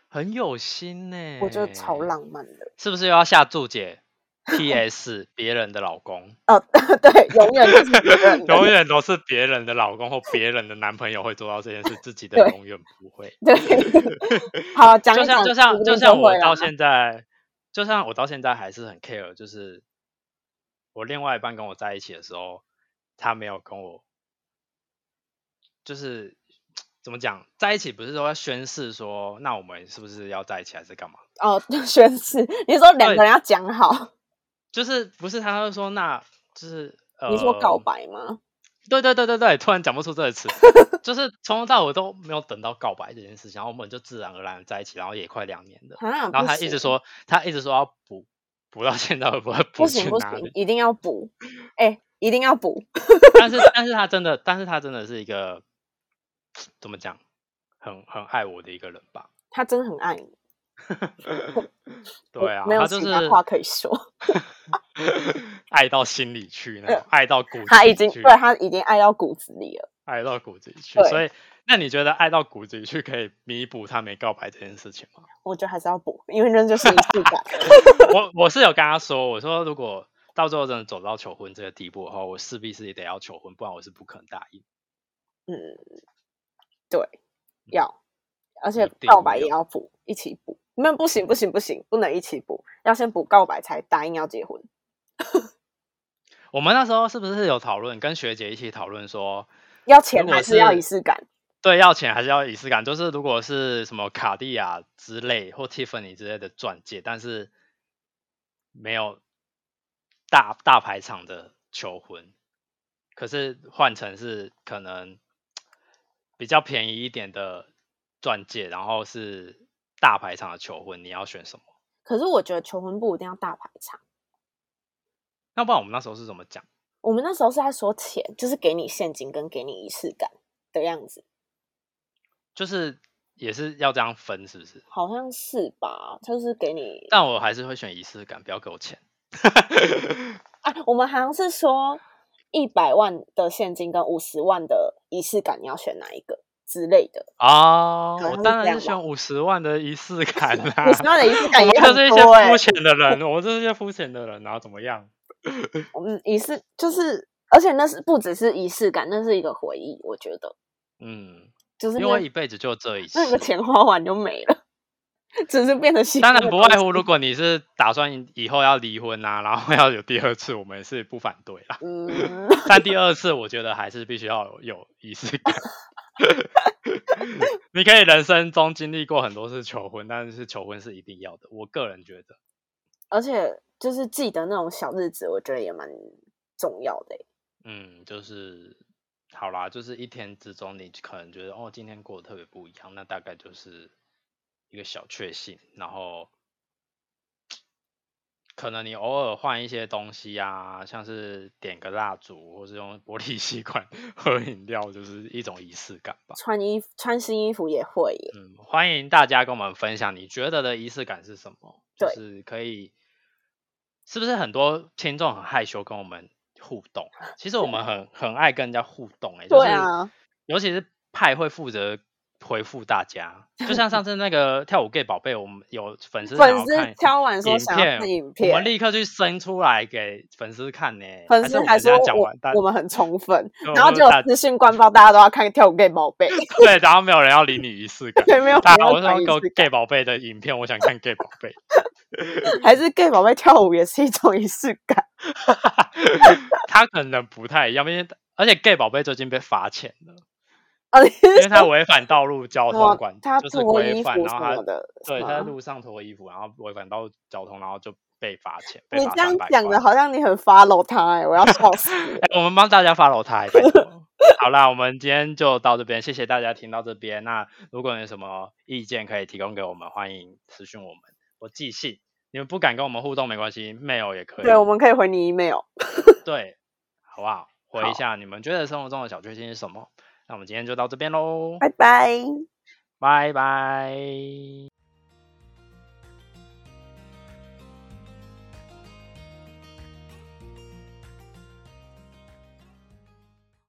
Speaker 2: 很有心呢、
Speaker 3: 我觉得
Speaker 2: 嗯
Speaker 3: 超。浪漫的。
Speaker 2: 是不是又要下注解？P.S. 别人的老公，
Speaker 3: 哦， 对，永远都是别 人的
Speaker 2: 永远都是别人的老公或别人的男朋友会做到这件事，自己的
Speaker 3: 对
Speaker 2: 永远不会。
Speaker 3: 对，好讲
Speaker 2: 就
Speaker 3: 一讲，
Speaker 2: 像就像
Speaker 3: 说不
Speaker 2: 就
Speaker 3: 定
Speaker 2: 像
Speaker 3: 会
Speaker 2: 我
Speaker 3: 了
Speaker 2: 到
Speaker 3: 嘛
Speaker 2: 现在，就像我到现在还是很 care，就是我另外一半跟我在一起的时候，他没有跟我，就是怎么讲，在一起不是说要宣誓说，那我们是不是要在一起还是干嘛？
Speaker 3: 哦， 宣誓，你说两
Speaker 2: 对
Speaker 3: 个人要讲好，
Speaker 2: 就是不是他会说那就是。呃、
Speaker 3: 你说告白吗？
Speaker 2: 对对对对对，突然讲不出这个词， 就是从头到尾都没有等到告白这件事情，然后我们就自然而然在一起，然后也快两年了。
Speaker 3: 啊，
Speaker 2: 然后
Speaker 3: 不
Speaker 2: 他一
Speaker 3: 行
Speaker 2: 直说，他一直说要补，补到现在会不会补
Speaker 3: 不
Speaker 2: 去
Speaker 3: 行不
Speaker 2: 哪
Speaker 3: 行
Speaker 2: 里，？
Speaker 3: 一定要补，哎，一定要补，
Speaker 2: 但是但是他真的，但是他真的是一个怎么讲，很很爱我的一个人吧。
Speaker 3: 他真的很爱你，我
Speaker 2: 对啊，
Speaker 3: 没有
Speaker 2: 他就
Speaker 3: 其
Speaker 2: 是
Speaker 3: 他话可以说，
Speaker 2: 爱到心里去那种，爱到骨
Speaker 3: 呃
Speaker 2: 子
Speaker 3: 他已
Speaker 2: 里
Speaker 3: 经
Speaker 2: 去
Speaker 3: 对他已经爱到骨子里了，
Speaker 2: 爱到骨子里去。
Speaker 3: 对
Speaker 2: 所以，那你觉得爱到骨子里去可以弥补他没告白这件事情吗？
Speaker 3: 我觉得还是要补，因为那就是仪式感。
Speaker 2: 我我是有跟他说，我说如果到最后真的走到求婚这个地步的话，我势必是得要求婚，不然我是不可能答应。
Speaker 3: 嗯，对，要，而且
Speaker 2: 一定
Speaker 3: 告白也
Speaker 2: 要
Speaker 3: 要补，一起补。没有不行不行不行，不能一起补，要先补告白才答应要结婚。
Speaker 2: 我们那时候是不是有讨论，跟学姐一起讨论说，
Speaker 3: 要钱
Speaker 2: 果
Speaker 3: 还是要
Speaker 2: 是
Speaker 3: 仪式感？
Speaker 2: 对，要钱还是要仪式感？就是如果是什么卡地亚之类或 Tiffany 之类的钻戒，但是没有大大排场的求婚，可是换成是可能比较便宜一点的钻戒，然后是大排场的求婚，你要选什么？
Speaker 3: 可是我觉得求婚不一定要大排场。
Speaker 2: 要不然我们那时候是怎么讲？
Speaker 3: 我们那时候是在说钱，就是给你现金跟给你仪式感的样子，
Speaker 2: 就是也是要这样分，是不是？
Speaker 3: 好像是吧？就是给你
Speaker 2: 但我还是会选仪式感，不要给我钱。
Speaker 3: 啊，我们好像是说一百万的现金跟五十万的仪式感，你要选哪一个之类的？
Speaker 2: 哦，
Speaker 3: 好像
Speaker 2: 我
Speaker 3: 是
Speaker 2: 当
Speaker 3: 这
Speaker 2: 然
Speaker 3: 样
Speaker 2: 是选五十万的 仪式感啦、
Speaker 3: 五十万的仪式
Speaker 2: 啊 我
Speaker 3: 感
Speaker 2: 们
Speaker 3: 也
Speaker 2: 就
Speaker 3: 很
Speaker 2: 是一些
Speaker 3: 多哎、
Speaker 2: 肤
Speaker 3: 欸，
Speaker 2: 浅的人，我们就是一些肤浅的人，然后怎么样？
Speaker 3: 我们仪式就是，而且那是不只是仪式感，那是一个回忆，我觉得
Speaker 2: 嗯，
Speaker 3: 就是
Speaker 2: 因为一
Speaker 3: 那
Speaker 2: 辈子就这一次。
Speaker 3: 那个钱花完就没了，只是变得新
Speaker 2: 当
Speaker 3: 的
Speaker 2: 然不
Speaker 3: 东
Speaker 2: 外
Speaker 3: 西
Speaker 2: 乎，如果你是打算以后要离婚啊，然后要有第二次，我们是不反对啦。
Speaker 3: 嗯，
Speaker 2: 但第二次，我觉得还是必须要有有仪式感。 你可以人生中经历过很多次求婚，但是求婚是一定要的。我个人觉得，
Speaker 3: 而且就是记得那种小日子，我觉得也蛮重要的欸、
Speaker 2: 嗯，就是好啦，就是一天之中，你可能觉得哦，今天过得特别不一样，那大概就是一个小确幸，然后可能你偶尔换一些东西啊，像是点个蜡烛，或是用玻璃 吸管喝饮料，就是一种仪式感吧。
Speaker 3: 穿衣服穿新衣服也会耶，
Speaker 2: 嗯，欢迎大家跟我们分享你觉得的仪式感是什么，就
Speaker 3: 对
Speaker 2: 是可以，是不是很多听众很害羞跟我们互动？其实我们很很爱跟人家互动、欸，哎，
Speaker 3: 对啊，
Speaker 2: 尤其是派会负责回复大家，就像上次那个跳舞 gay 宝贝，我们有粉丝想
Speaker 3: 粉
Speaker 2: 要
Speaker 3: 丝
Speaker 2: 看
Speaker 3: 敲完说
Speaker 2: 影
Speaker 3: 想要看影片
Speaker 2: 我们立刻去生出来给粉丝看呢、
Speaker 3: 粉
Speaker 2: 还是
Speaker 3: 丝
Speaker 2: 我
Speaker 3: 还
Speaker 2: 们
Speaker 3: 说
Speaker 2: 等一下讲
Speaker 3: 我
Speaker 2: 完，但
Speaker 3: 我们很宠粉，
Speaker 2: 对
Speaker 3: 然后
Speaker 2: 我们
Speaker 3: 就有
Speaker 2: 大
Speaker 3: 资讯官报，大家都要看跳舞给宝 贝，
Speaker 2: 对，然后没有人要理你仪式 感。
Speaker 3: 对，没有
Speaker 2: 大
Speaker 3: 人
Speaker 2: 家，
Speaker 3: 要
Speaker 2: 我说
Speaker 3: 转移
Speaker 2: 给我
Speaker 3: 视
Speaker 2: gay 宝贝的影片，我想看 gay 宝贝。
Speaker 3: 感还是 gay 宝贝跳舞也是一种仪式感，
Speaker 2: 他可能不太一样，因为而且 gay 宝贝最近被罚钱了，
Speaker 3: 而且
Speaker 2: 因为他违反道路交通管，
Speaker 3: 他
Speaker 2: 就是
Speaker 3: 脱
Speaker 2: 规
Speaker 3: 衣
Speaker 2: 范，
Speaker 3: 服
Speaker 2: 然
Speaker 3: 什
Speaker 2: 后他
Speaker 3: 么的，
Speaker 2: 对，
Speaker 3: 什
Speaker 2: 他在
Speaker 3: 么啊
Speaker 2: 路上脱衣服，然后违反道路交通，然后就被罚钱。被
Speaker 3: 你
Speaker 2: 罚
Speaker 3: 这样
Speaker 2: 300
Speaker 3: 讲的
Speaker 2: 块 ，
Speaker 3: 好像你很 follow 他哎，我要笑死了
Speaker 2: 哎我们帮大家 follow 他，拜托 好啦，我们今天就到这边，谢谢大家听到这边。那如果有什么意见可以提供给我们，欢迎私讯我们或寄信。你们不敢跟我们互动没关系，mail 也可以。
Speaker 3: 对，我们可以回你 email。
Speaker 2: 对好不好？回一
Speaker 3: 好
Speaker 2: 下你们觉得生活中的小确幸是什么？那我们今天就到这边喽，
Speaker 3: 拜拜。
Speaker 2: 拜拜。